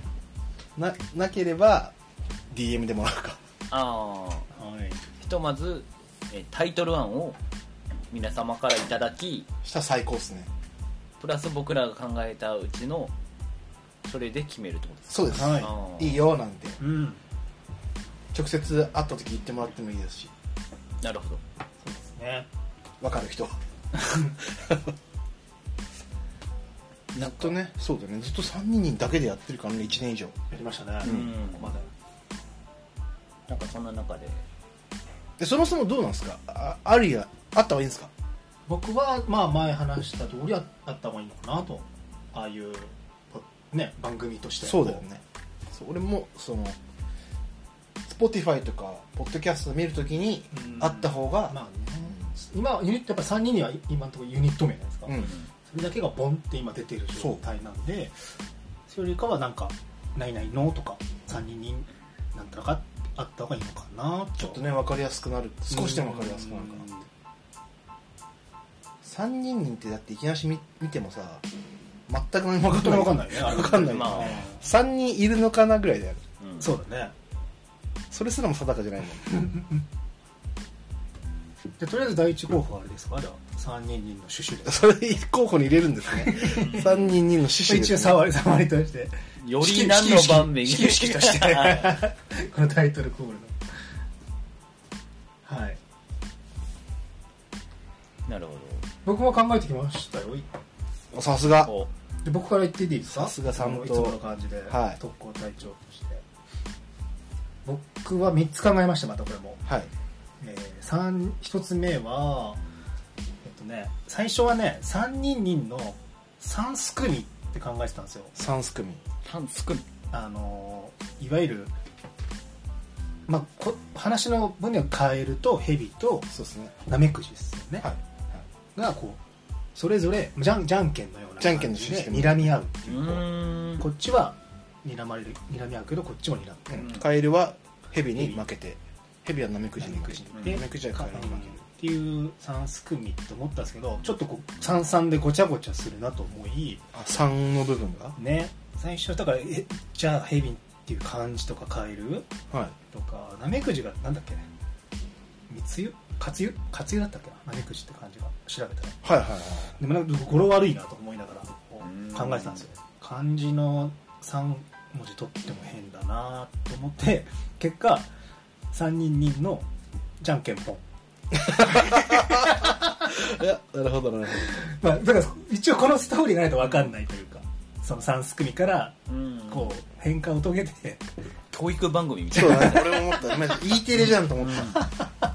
S2: [laughs] ななければ DM でもらうか
S1: ああ
S3: はい
S1: ひとまずえータイトル案を皆様からいただき
S2: したら最高っすね
S1: プラス僕らが考えたうちのそれで決めるってことです
S2: そうです、
S3: はい
S1: か、あー
S2: い、いよなんて
S3: うん
S2: 直接会った時言ってもらってもいいですし
S1: なるほど
S3: ね
S2: 分かる [laughs] 人はずっとねそうだねずっと3人だけでやってるからね1年以上
S3: やりましたね
S1: うん
S3: まだ
S1: なんかそんな中で
S2: でそもそもどうなんですかああるいはあった方がいいんですか
S3: 僕はまあ前話した通りああった方がいいのかなとああいうポね番組として
S2: そうだよねそう俺もその Spotify とかポッドキャスト見るときに
S3: うん
S2: あった方が、
S3: まあね今はユニットやっぱ3人には今のところユニット名じゃないですか、
S2: うん
S3: それだけがボンって今出てる状態なんでそれよりかはなんか「ないないの」とか「3人になんたらか」あった方がいいのかなと
S2: ちょっとね分かりやすくなる少しでも分かりやすくなるかな
S3: うん
S2: 3人にってだっていきなし見見てもさ全く何も分
S3: 本当に
S2: か
S3: 分
S2: んない
S3: かんないねあれ
S2: 分かんない、
S1: まあ
S2: 3人いるのかなぐらいだよ
S1: うん
S3: そうだね
S2: それすらも定かじゃないもん
S3: でとりあえず第一候補はあれですかじゃあ3人人のシュ
S2: [laughs]
S3: で
S2: それ候補に入れるんですね3人人の趣旨です、
S3: [laughs] 一
S2: ね、
S3: 応触り触りとして
S1: より何の場面
S3: 始球式として
S1: [laughs]
S3: [laughs] このタイトルコールのはい
S1: なるほ
S3: 僕も考えてきましたよ
S2: おさすが
S1: どお
S3: で僕から言っていいですか
S2: さすがさんと
S3: いつもの感じで、
S2: はい
S3: 特攻隊長として僕は3つ考えましたまたこれも、
S2: はい
S3: えー、三1つ目はえっとね最初はね3人人の3すくみって考えてたんですよ
S2: 3組
S1: タンスくん
S3: あのーいわゆるまあこ話の分にはカエルとヘビと
S2: そうですね
S3: ナメクジですよね、
S2: はい
S3: がこうそれぞれじゃんじゃんけんのような
S2: じゃんけん
S3: 感
S2: の
S3: じ
S2: シス
S3: で
S2: テム
S3: 睨み合うっていうこう
S1: ーん
S3: こっちは睨まれる睨み合うけどこっちも睨む
S2: うん
S1: うん
S2: カエルはヘビに負けてヘビはナメクジに負けて
S1: ナメクジ
S2: ナメクジはカエルに負ける
S3: っていう3すくみと思ったんですけどちょっとこう三々でごちゃごちゃするなと思い
S2: あ3の部分が
S3: ね最初だからえじゃあヘビっていう漢字とかカエル
S2: はい
S3: とかナメクジがなんだっけ密輸活輸活輸だったっけなナメクジって漢字が調べたら
S2: はいはいはい
S3: でもなんか語呂悪いなと思いながらこ
S1: うん
S3: う考えてたんですよ漢字の3文字取っても変だなと思って結果3人人のじゃんけんぽん
S4: いやなるほどなるほ
S3: まあ、だから一応このストーリーがないと分かんないというかその3組から
S1: うん
S3: こう変化を遂げて
S1: 教育番組みたい
S2: そう
S1: な
S2: だね俺も [laughs] 思ったまあ E テレじゃんと思った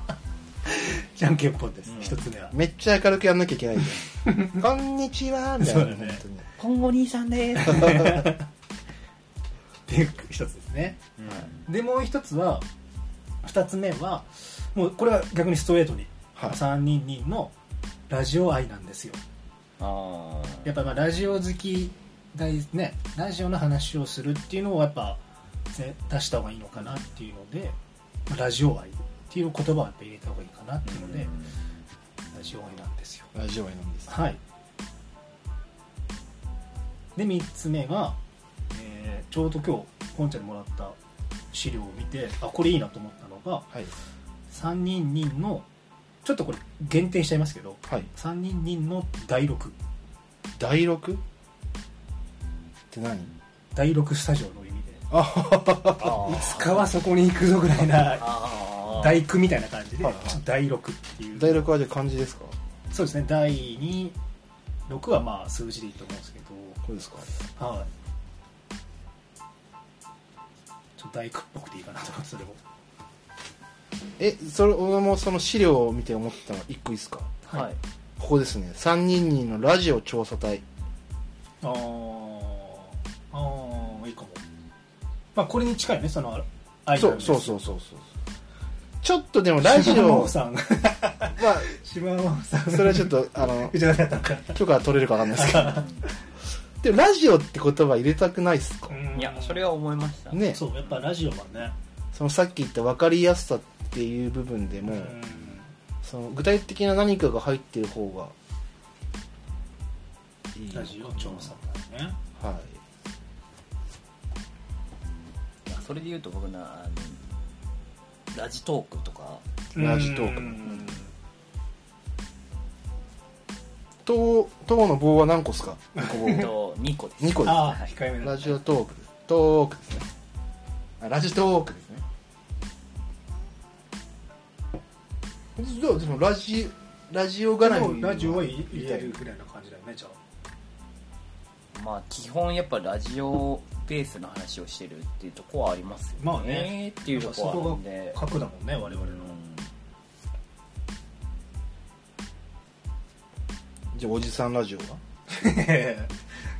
S3: じゃんけんぽんです
S1: うん
S3: 一つ目は
S2: めっちゃ明るくやんなきゃいけないん [laughs] だよこんにちはみたいな
S3: そうだね
S2: 本
S1: 今
S2: 当に
S1: 後兄さんでーす、
S3: っていう一つですねでもう一つは二つ目はもうこれは逆にストレートに
S2: はい
S3: 三人人のラジオ愛なんですよ
S1: あ
S3: やっぱまあラジオ好きがねラジオの話をするっていうのをやっぱぜ出した方がいいのかなっていうのでまあラジオ愛っていう言葉をやっぱ入れた方がいいかなっていうので、ラジオ愛なんですよ
S2: ラジオやなんです
S3: はいで3つ目が、えーちょうど今日ポンちゃんにもらった資料を見てあこれいいなと思ったのが
S2: はい
S3: 3人人のちょっとこれ限定しちゃいますけど
S2: はい
S3: 3人人の第6
S2: 第六って何
S3: 第6スタジオの意味で
S2: あはははは
S1: あ
S3: いつかはそこに行くぞぐらい [laughs] な
S1: あ
S3: 第9みたいな感じで
S2: はいはい
S3: 第6っていう
S2: 第六はじゃあ漢字ですか
S3: そうですね第2 6はまあ数字でいいと思うんですけど
S2: これですか
S3: はい。ちょっと大工っぽくていいかなと思って、それも。
S2: えそれ俺もその資料を見て思ったの一個いいですか
S1: はい、はい、
S2: ここですね三人人のラジオ調査隊
S3: あー、あー、いいかも。まあ、これに近いね、その、アイド
S2: そ
S3: ル。
S2: うそうそううそうそうちょっとでもラ
S3: ラ
S2: ジ
S3: ジオ
S2: オ
S3: さん。
S2: まあ
S3: 島尾さん。
S2: それはちょっとあの
S3: じゃなかったのか。
S2: 許可は取れるかわかんない
S3: [laughs]
S2: ですけどでもラジオって言葉入れたくないっすか
S3: うん
S1: いやそれは思いました
S2: ね
S3: そう、やっぱラジオはね。
S2: そのさっき言った分かりやすさっていう部分でも、
S3: うん。
S2: その具体的な何かが入ってる方がいいのかな
S3: ラジオ調査会ね。
S2: はい
S1: いやそれで言うと僕なあのラジトークとか
S2: ラジトーク
S3: うん
S2: 党党の棒は何個ですか
S1: えっと2個です
S2: 2個です
S3: ああ、控えめだ
S2: ラジオトークですトークですねあラジトークですねじゃあでもラジラジオ
S3: で
S2: 絡み
S3: もラジオは入
S2: みた
S3: れ
S2: い
S3: る
S2: な
S3: ぐらいな感じだよね、じゃあ。
S1: まあ基本やっぱラジオベースの話をしてるっていうとこはありますよね,、
S3: まあね
S1: っていうとこはあるん
S3: やっ
S1: で
S3: ぱそこが核だもんね、我々の。
S2: [laughs] じゃあおじさんラジオは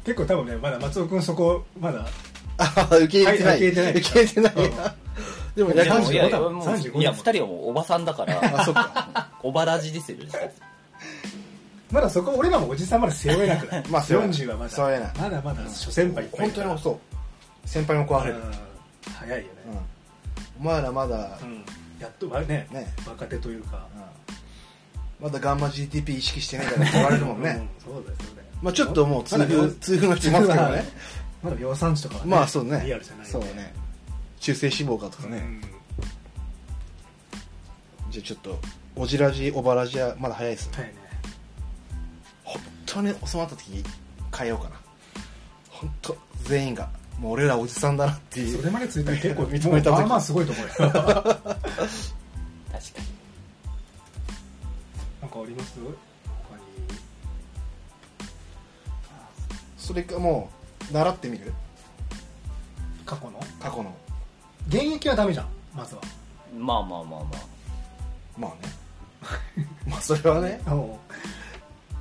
S3: 結構多分ねまだ松尾君そこまだ
S2: あ受け入れてない、
S3: はい受け入れてない
S2: 受け入れてないでも
S1: いや
S2: やりま
S1: い
S2: し
S1: や
S2: た
S1: い
S2: よ
S1: やもう
S3: 35
S1: いや2人はもうおばさんだか
S2: あ
S1: ら
S2: そっか
S1: [laughs] おばラジですよ
S3: まだそこ俺らもおじさんまだ背負えなくない
S2: [laughs] まあ背負えない
S3: 40はまだ
S2: 背負えない
S3: まだまだ初先輩いっぱい
S2: 本
S3: いるか
S2: 当
S3: ら
S2: にそう先輩も壊れる、
S3: うん早いよね、
S2: うんお前らまだ
S3: う、んやっとわね
S2: ね
S3: 若手というか
S2: うんまだガンマ GTP 意識してねえから言われるもんね
S3: うんそうだよそうだよ
S2: まあちょっともう
S3: ま
S2: 痛
S3: だ
S2: 風痛風の人いますけどね
S3: まだ量産地とかは、
S2: まあそうね
S3: リアルじゃない
S2: そうね中性脂肪かとかね、
S3: うん
S2: じゃあちょっとおじらじおばらじはまだ早いですね
S3: 早いね
S2: 本当に収まった時に変えようかな本当全員がもう俺らおじさんだなってい
S3: そうれまでついたら結構
S2: 認めた時
S3: もうまあまあすごいと思うよなんか
S1: 確かに
S3: あります他に
S2: それかもう習ってみる
S3: 過去の
S2: 過去の
S3: 現役はダメじゃんまずは
S1: まあまあまあま
S2: まあねまあそれはね
S3: お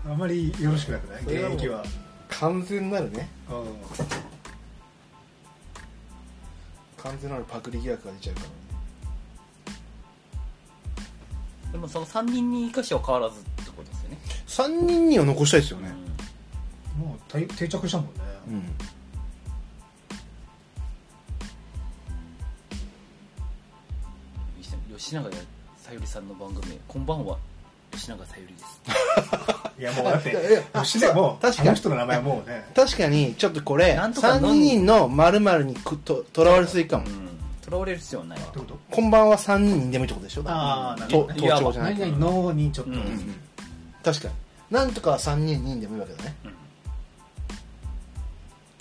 S3: うあまりよろしくなくない
S2: そ
S3: 現
S2: れはもう
S3: 役は
S2: 完全なるね
S3: おう
S2: 完全なるパクリ疑惑が出ちゃうからね
S1: あでもその3人に生かしは変わらずってことですよね
S2: 3人には残したいですよね
S3: もう定定着したもんね、
S2: うん
S1: うん吉永さゆりさんの番組「こんばんは吉永さゆりです」
S3: いやもうだって
S2: いやいや
S3: 吉田もう
S2: 確か
S3: あ
S2: に
S3: の人の名前はもうね
S2: 確かにちょっとこれ
S1: なんとか
S2: 3
S1: の
S2: 人の〇〇にくととらわれすぎかも
S1: とらわれる必要はない
S3: ってこと
S2: こんばんは3人にでもいいってことでしょ
S3: あーなる
S2: と
S3: ほど
S2: 盗
S1: いや
S2: 聴じゃない
S3: 何
S2: から
S3: 々のにちょっと、
S1: うん
S3: うん
S2: 確かになんとかは3人にでもいいわけだね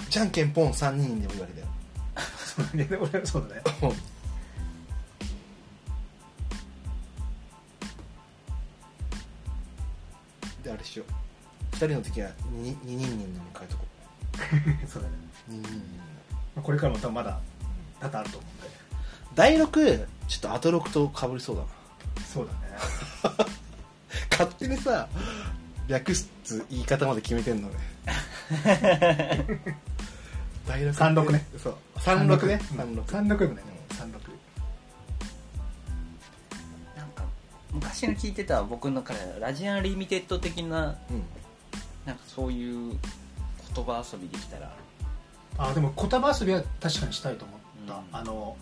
S1: うん
S2: じゃんけんぽん3人でもいいわけだよ
S3: [laughs] そうだね俺はそうだね [laughs]
S2: れしよう2人の時は2人人の迎えとこ
S3: そうだね、
S2: う2人
S3: まあ、これからも多分まだ多々あると思うんで
S2: 第6ちょっとアトロクとかぶりそうだな [laughs]
S3: そうだね
S2: 勝手にさ略す言い方まで決めてん
S3: [laughs]
S2: のね第六
S3: 三六ね
S2: そう36ね
S3: 三
S2: 36
S3: 六三六部ねでも三六
S1: なんか昔の聞いてた僕の中でラジアンリミテッド的な
S2: うん
S1: なんかそういう言葉遊びできたら
S3: あでも言葉遊びは確かにしたいと思った、
S1: うん
S3: あの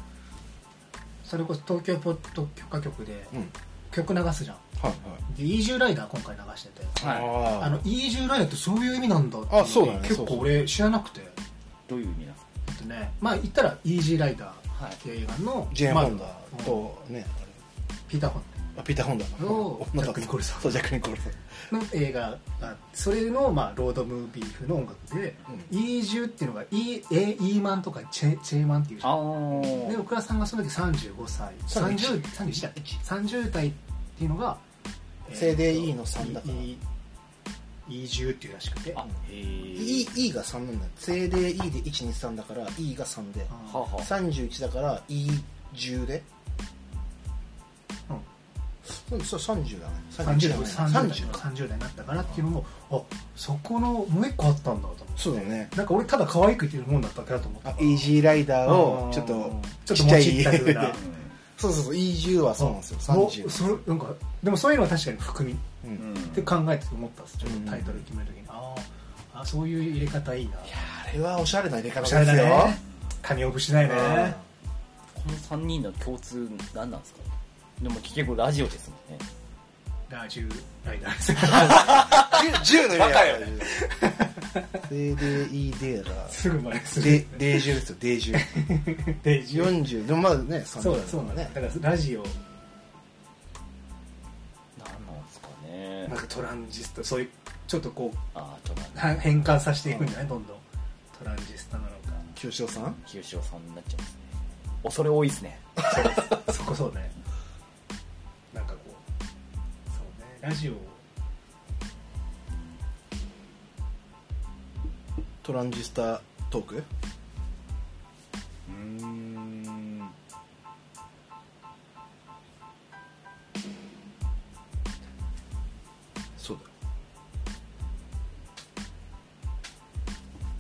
S3: それこそ東京ポッド許可局で
S2: うん
S3: 曲流すじゃん
S2: はい
S3: でイージューライダー今回流してて
S2: は
S1: は
S2: いあー
S3: あのイージューライダーってそういう意味なんだって
S2: あそうだね
S3: 結
S2: そうそ
S3: 構
S2: う
S3: 俺知らなくて
S1: いどういう意味なんです
S3: だってねまあ言ったらイージーライダーっ
S1: かはい
S3: ていう映画の
S2: ジェーン・
S3: まあ
S2: ホンダとね
S3: ピーター・ホン
S2: あピーター・ホンダ
S3: おー
S2: 女
S3: ジャックニコルソン
S2: そうジャック・ニコルソン
S3: ダの映画がそれのまあロードムービー風の音楽でイージューっていうのがイーエイーマンとかチェチェイマンっていうじゃん
S1: あ
S3: で
S1: ー
S3: 奥田さんがその時35歳
S2: 31
S3: 30 31だ30代っていうのが
S2: セイデイイーの3だから
S3: E10 っていうらしくて
S1: あへえ
S2: E, e が3なんだよ正で E で123だから E が3で
S3: あー
S1: はあはあ
S2: 31だから E10 で
S3: うん
S2: うんそう30だね
S3: 30
S2: 30
S3: 代
S2: だね
S3: 30
S2: 30
S3: 代
S2: か
S3: 30代になったからっていうのもあそこのもう一個あったんだと思って
S2: そうだね
S3: なんか俺ただ可愛く言ってるもんだったかと思った
S2: あイージーライダーをちょっ
S3: う
S2: と
S3: んちょっと
S2: ちっちゃ
S3: も
S2: い
S3: ちった風な
S2: [laughs] そうそうそう E10 はそうなんですよ
S3: もう
S2: 30
S3: それなんかでもそういうのは確かに含みっ
S2: う
S1: うんん
S3: て考えてて思ったんですちょっ
S2: うん
S3: とタイトル決める時にあーあそういう入れ方いいない
S2: やあれはおしゃれな入れ方
S3: お
S2: で
S3: し
S2: す
S3: ゃ
S2: よ
S3: れだね神オブしないね
S1: この3人の共通何なんですかでも結局ラジオですもんね
S3: ラジュライダーです
S2: 10の意味
S1: バカよ
S2: 正 [laughs] で E でだから
S3: すぐ真似す
S2: で
S3: る。
S2: デージュですよデージュ
S3: デイジュ。
S2: 40でもまだね30
S3: そうだ、そうだね。だからラジオ、
S1: 何なんですか
S3: な
S1: ね
S3: んかトランジスタ、そういう、ちょっとこう、
S1: ああちょっと待って
S3: は変換させていくんじゃないどんどん。トランジスタなの
S2: 清志郎さん
S1: 清志郎さんになっちゃいますね恐れ多いですね
S3: か。そこそうね。なんかこう、そうね。ラジオ、
S2: トランジスタトーク
S1: うーん
S2: そうだよ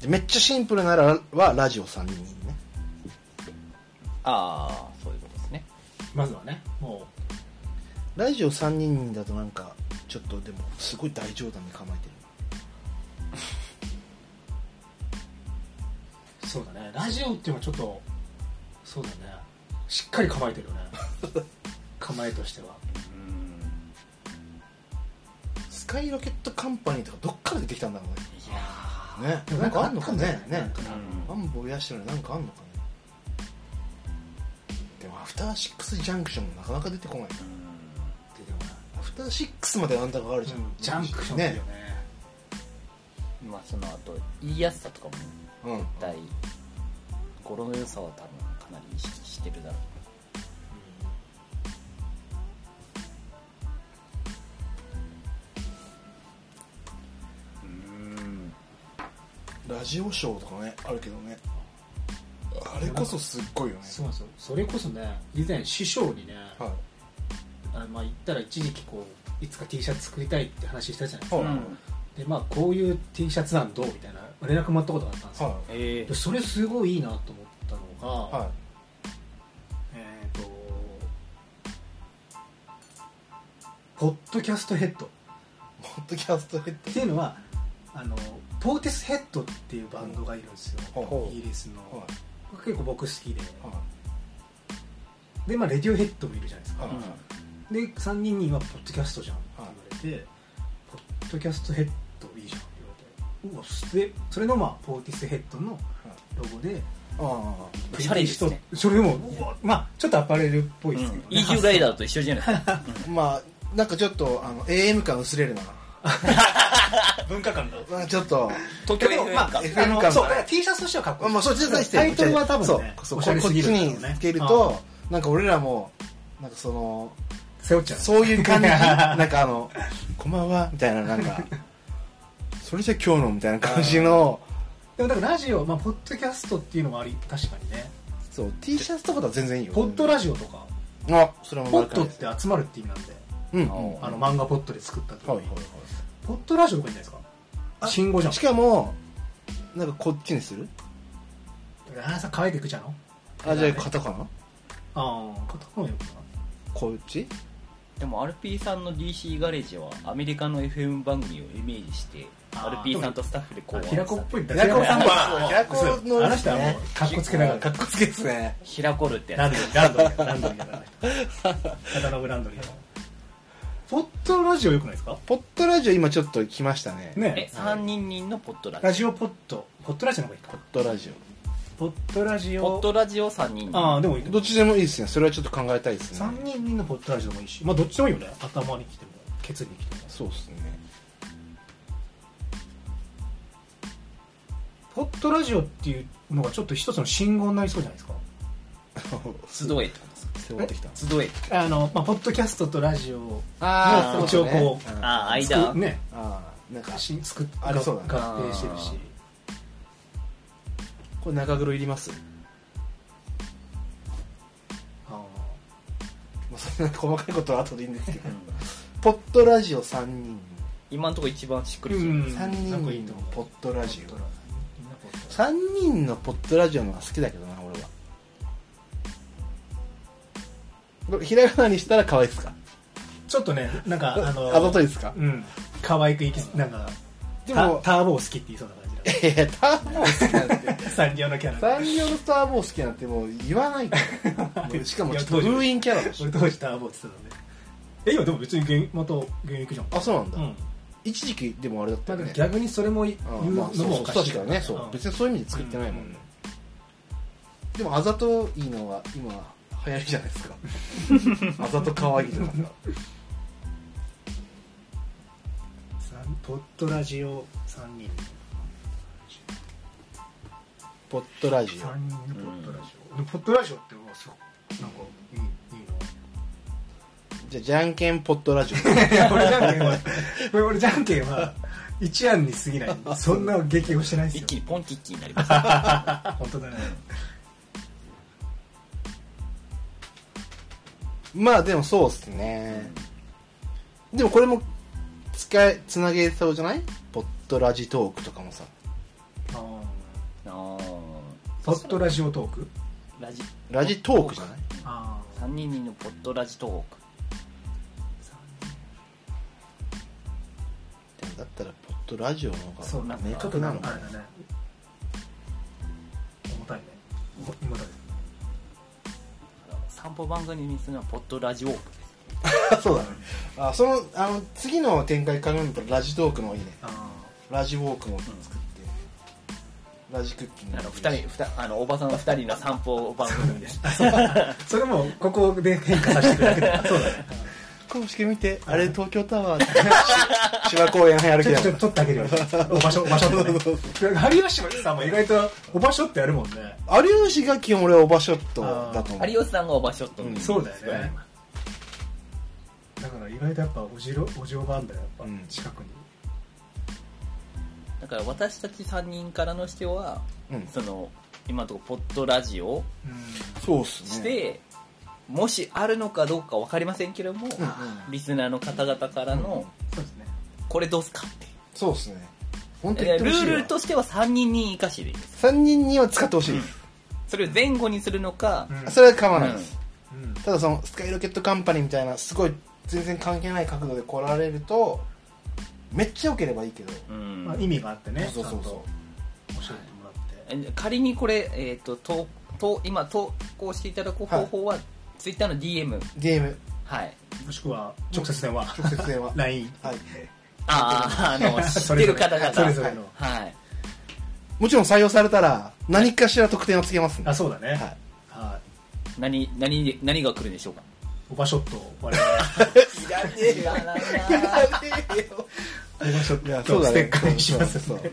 S2: でめっちゃシンプルならはラジオ3人ね
S1: ああそういうことですね
S3: まずはね、も
S2: ラジオ3人だとなんかちょっとでもすごい大冗談に構えてる
S3: う、そうだね。ラジオっていうのはちょっと、そうだね。しっかり構えて [laughs] るよね。構えとしては。
S1: うん
S2: スカイロケットカンパニーとかどっから出てきたんだろ
S1: いや
S2: うねね
S3: でも
S2: なんかあんのかね
S3: な
S2: ね
S3: んか
S1: ー
S2: マンボウヤシロになんかあんのかねでもアフターシックスジャンクションもなかなか出てこないな
S1: う
S3: 出てこない
S2: アフターシックスまであんたがあるじゃん、
S3: うんジャンクションだよ
S2: ね
S3: ね。
S1: んまあその後言いやすさとかも
S2: うん
S1: 大語呂の良さは多分かなり意識してるだろううん
S2: ラジオショーとかねあるけどねあれこそすっごいよね
S3: そうなんですよそれこそね以前師匠にね、
S2: はい
S3: あのまあ言ったら一時期こういつか T シャツ作りたいって話したじゃないです
S2: は
S3: か、
S2: い
S3: でまあこういう T シャツなんどうみたいな連絡もらったことがあったんですよ、
S2: は
S1: え
S3: でそれすごいいいなと思ったの
S2: い
S3: が、
S2: は
S3: えっ、とポッドキャストヘッドっ
S2: いポッドキャストヘッ
S3: ていうのはあのポーティスヘッドっていうバンドがいるんですよ、
S2: ドはい
S3: イギリスの、
S2: はい
S3: 結構僕好きで、
S2: は
S3: でまあレディオヘッドもいるじゃないですか、
S2: はい
S3: で3人にはポッドキャストじゃん」って言われて「ポッドキャストヘッドいいじゃん」って言われてうわそしてそれのまあポーティスヘッドのロゴで
S2: ああ
S1: おしゃれですね
S3: それでもうわまあちょっとアパレルっぽいですけど、ね
S1: イージュライダーと一緒じゃないですか
S2: まあなんかちょっとあの AM 感薄れるな
S3: 文化感だ
S2: まあちょっと
S1: 東京
S3: でも
S1: FM
S3: ま
S1: か
S3: あ、
S2: FM
S3: あの
S2: 感
S3: そう
S2: だね
S3: だから T シャツとしてはかっこいい、
S2: まあそっちで
S3: タイトルは多分ね
S2: そうそう
S3: おし
S2: こ
S3: ゃ
S2: っ
S3: れ
S2: ち
S3: すぎる
S2: に
S3: だろうね
S2: つけるとなんか俺らもなんかその
S5: 背負っちゃう
S2: そういう
S3: [laughs]
S2: 感じなんかあの「こんばんは」みたいななんかそれじゃ今日のみたいな感じの
S3: でもだからラジオ、まあ、ポッドキャストっていうのもあり確かにね
S2: そう T シャツとかとは全然いいよ
S3: ポッドラジオとか
S2: あそれも
S3: ポ
S2: 丸
S3: ッ
S2: か
S3: ド
S2: ら
S3: っ
S2: です
S3: て集まるって意味なんで
S2: うんうん
S1: あ
S3: あの漫画ポッドで作ったと
S2: はい
S3: か
S2: はいはい
S3: ポッドラジオとかいいんじゃないです
S2: あ
S3: か新語じゃん
S2: しかもなんかこっちにする
S3: ああさ変えていくじゃんあ
S2: あじゃあカタカナ
S3: あ片方のよくな
S2: こっち
S1: でも RP さんの DC ガレージはアメリカの FM 番組をイメージして
S3: あー
S1: RP さんとスタッフで考
S3: あ
S1: 案
S3: 平子っぽいんだ
S2: 平子さん
S3: そう
S2: は平子
S3: そう
S2: の
S3: あの人はもうかっこつけながら
S2: かっこつけですね
S1: 平子るって
S3: ラ
S1: や
S3: ンドリーランドリーランドリーだから片信ランドリーのポッドラジオよくないですか
S2: ポッドラジオ今ちょっと来ましたね
S1: つえ
S3: ね
S1: 三3人人のポッドラ
S3: ラ
S1: ジ
S3: ジオポッドポッドラジオの方がいいか
S2: ポッドラジ
S3: ポッドラジ
S1: オ
S3: オ
S1: ポッドラジオ3人
S3: ああでもいい
S2: オどっちでもいいですねそれはちょっと考えたいですね
S3: 3人みんなポッドラジオでもいいしまあどっちでもいいよね頭に来てもケツに来ても
S2: そうですね
S3: ポッドラジオっていうのがちょっと一つの信号になりそうじゃないですか
S1: 集えってことですか
S2: 背負ってきた
S1: 集え
S3: あの、まあ、ポッドキャストとラジオを
S1: あー
S3: もう一応こう
S2: そうね
S1: ああ
S3: 作
S1: 間
S3: ね
S2: ああなんか
S3: し作っ
S2: ありそうだね
S3: 合併してるし
S2: これ中黒いります
S3: あ
S2: まあそんな細かいことは後でいいんですけど
S1: うん
S2: ポッドラジオ3人
S1: 今のところ一番しっくりする、
S3: うん
S2: 3
S3: なんかいい
S2: 人の
S3: と思う
S2: ポッドラジ
S3: ー
S2: オ
S3: ポッドラみんなポッドラジオ
S2: 3人のポッドラジオの方が好きだけどな俺はこれひらがなにしたら可愛いですか
S3: ちょっとねなんか
S2: [laughs]
S3: あ
S2: あ
S3: の
S2: ざといですか
S3: うん可愛くいきなんか
S2: で
S3: タ
S2: も
S3: ターボー好きって言いそうな感じ
S2: いやいやターボー好きなんて
S3: だサンリオのキャラ
S2: サンリオのターボー好きなんてもう言わないからもうしかもちょっと封印キャラだし
S3: 俺当時ターボーって言ってたんでえ今でも別に現また現役じゃん
S2: あそうなんだ、
S3: うん
S2: 一時期でもあれだった
S3: まあ
S2: よ
S3: でも
S2: ね
S3: 逆にそれも言
S2: あ
S3: う
S2: まあ、そ
S3: の
S2: う
S3: も
S2: そう
S3: おかしい
S2: 確かにねそう、
S3: ん
S2: 別にそういう意味で作ってないもんね、でもあざといのは今流行りじゃないですかあざと可愛いとかさ
S3: さんポッドラジオ3人
S2: ポッドラジオ
S3: 3人のポッドラジオ、でもポッドラジオってもうすごくなんかいいいいの
S2: じゃあじゃんけんポッドラジオ
S3: いや俺じゃんけんは俺 [laughs] 俺じゃんけんは一案に過ぎないそんな激をしてないです
S1: 一
S3: よ
S1: 気にポンキッキになります
S3: 本当だね
S2: まあでもそうっすね、でもこれも使いつなげそうじゃないポッドラジトークとかもさ
S3: あー
S1: あー
S3: ポッドラジオトーク
S1: ラジ
S2: ラジトークじゃない
S3: ああ
S1: 3人人のポッドラジトーク
S2: でもだったらポッドラジオの
S3: そ
S2: 方
S3: う [laughs]
S2: が
S3: なんか
S2: 明確なの
S3: あ
S2: か
S3: れだね重たいね重たい
S1: 散歩番組にするのはポッドラジオークです
S2: なそうだねあそのあの次の展開考えるとラジトークの方がいいね
S3: あ
S2: ラジウォークも作って、ラジクッキング
S1: あの二人二あのおばさん2人の散歩番
S3: [laughs]
S1: 組
S2: [laughs]
S1: です
S3: あそれもここで変化させてくれ
S2: [laughs]
S3: るだけそうだね
S2: 公式見てあれ東京タワーし [laughs] 芝公園早歩き
S3: ちょっ
S2: だ
S3: とちょっと取ってあげるよお場所お場所と
S2: そう [laughs]
S3: かね有吉さんも意外とお場所ってやるもんね
S2: 有吉が基本俺はオバショットだと思う
S1: 有吉さんがおばショット
S2: うん
S3: そうだよねだから意外とやっぱおじろお嬢ばんだよやっぱ、
S2: うん
S3: 近くに
S1: だから私たち3人からの人は
S2: うん
S1: その今のところポッドラジオ
S3: うん
S2: そうっす
S1: し
S2: ね
S1: て、もしあるのかどうか分かりませんけども、
S2: うん
S1: リスナーの方々からの、
S3: そうですね
S1: これどうすかって
S2: そうっすね本当
S1: い
S2: に
S1: や
S2: 言って
S1: ル
S2: ほしい
S1: ール
S2: わ
S1: としては3人に生かしてでいいです
S2: 3人には使ってほしいです、
S1: それを前後にするのか、
S3: うん
S2: それは構わないです、
S3: うん
S2: ただそのスカイロケットカンパニーみたいなすごい全然関係ない角度で来られるとめっちゃ良ければいいけど、
S1: うん
S3: まあ、意味があってね
S2: そうそう
S3: ちゃん
S2: そ
S3: と教えてもらって、
S1: 仮にこれ、えー、ととと今投稿していただく方法は、ツイッターの DM
S2: う DM
S1: はい
S3: もしくは直接電話
S2: 直接
S3: [laughs]
S2: 電話
S3: LINE
S2: はい
S1: ああ
S2: [laughs]
S1: あの知
S3: そ
S1: っ
S3: れ
S1: てる
S3: ぞれ
S1: 方々
S3: それぞれの
S1: はい
S2: もちろん採用されたら何かしら特典をつけますね
S3: あそうだね
S2: はい
S3: はい
S1: 何何何が来るんでしょうか
S3: おばショットを我々
S2: [laughs]
S1: いらねえよ
S3: おばショ
S2: いや
S3: ット
S2: そう
S3: を
S2: だ
S3: ス
S2: ね
S3: テッカーにします
S2: そう
S3: ね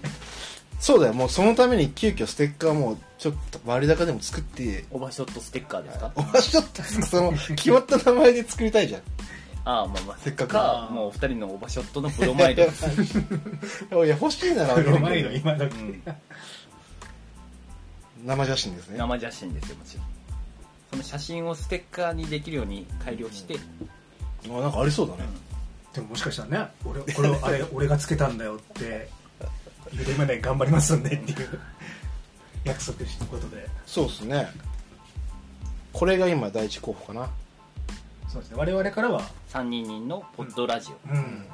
S2: そうそうだよもうそのために急遽ステッカーもちょっと割高でも作って
S1: オバショットステッカーですか、
S2: おばしょってその決まった名前で作りたいじゃん
S1: ああまあまあ
S2: せっかく
S1: かもうお二人のオーバーショットのブロマイド、
S2: [laughs] いや欲しいな
S3: [laughs]
S2: らあげる
S4: ロ
S2: けど
S4: マイド今時、
S1: うん
S2: 生写真ですね
S1: 生写真ですよもちろんその写真をステッカーにできるように改良して、
S2: あなんかありそうだね、
S3: でももしかしたらね俺これをあ [laughs] れ俺がつけたんだよって言うて今ね頑張りますんでっていう約束したことで
S2: そうですねこれが今第一候補かな
S3: そうですね我々からは
S1: 三3人のポッドラジオ、
S3: うん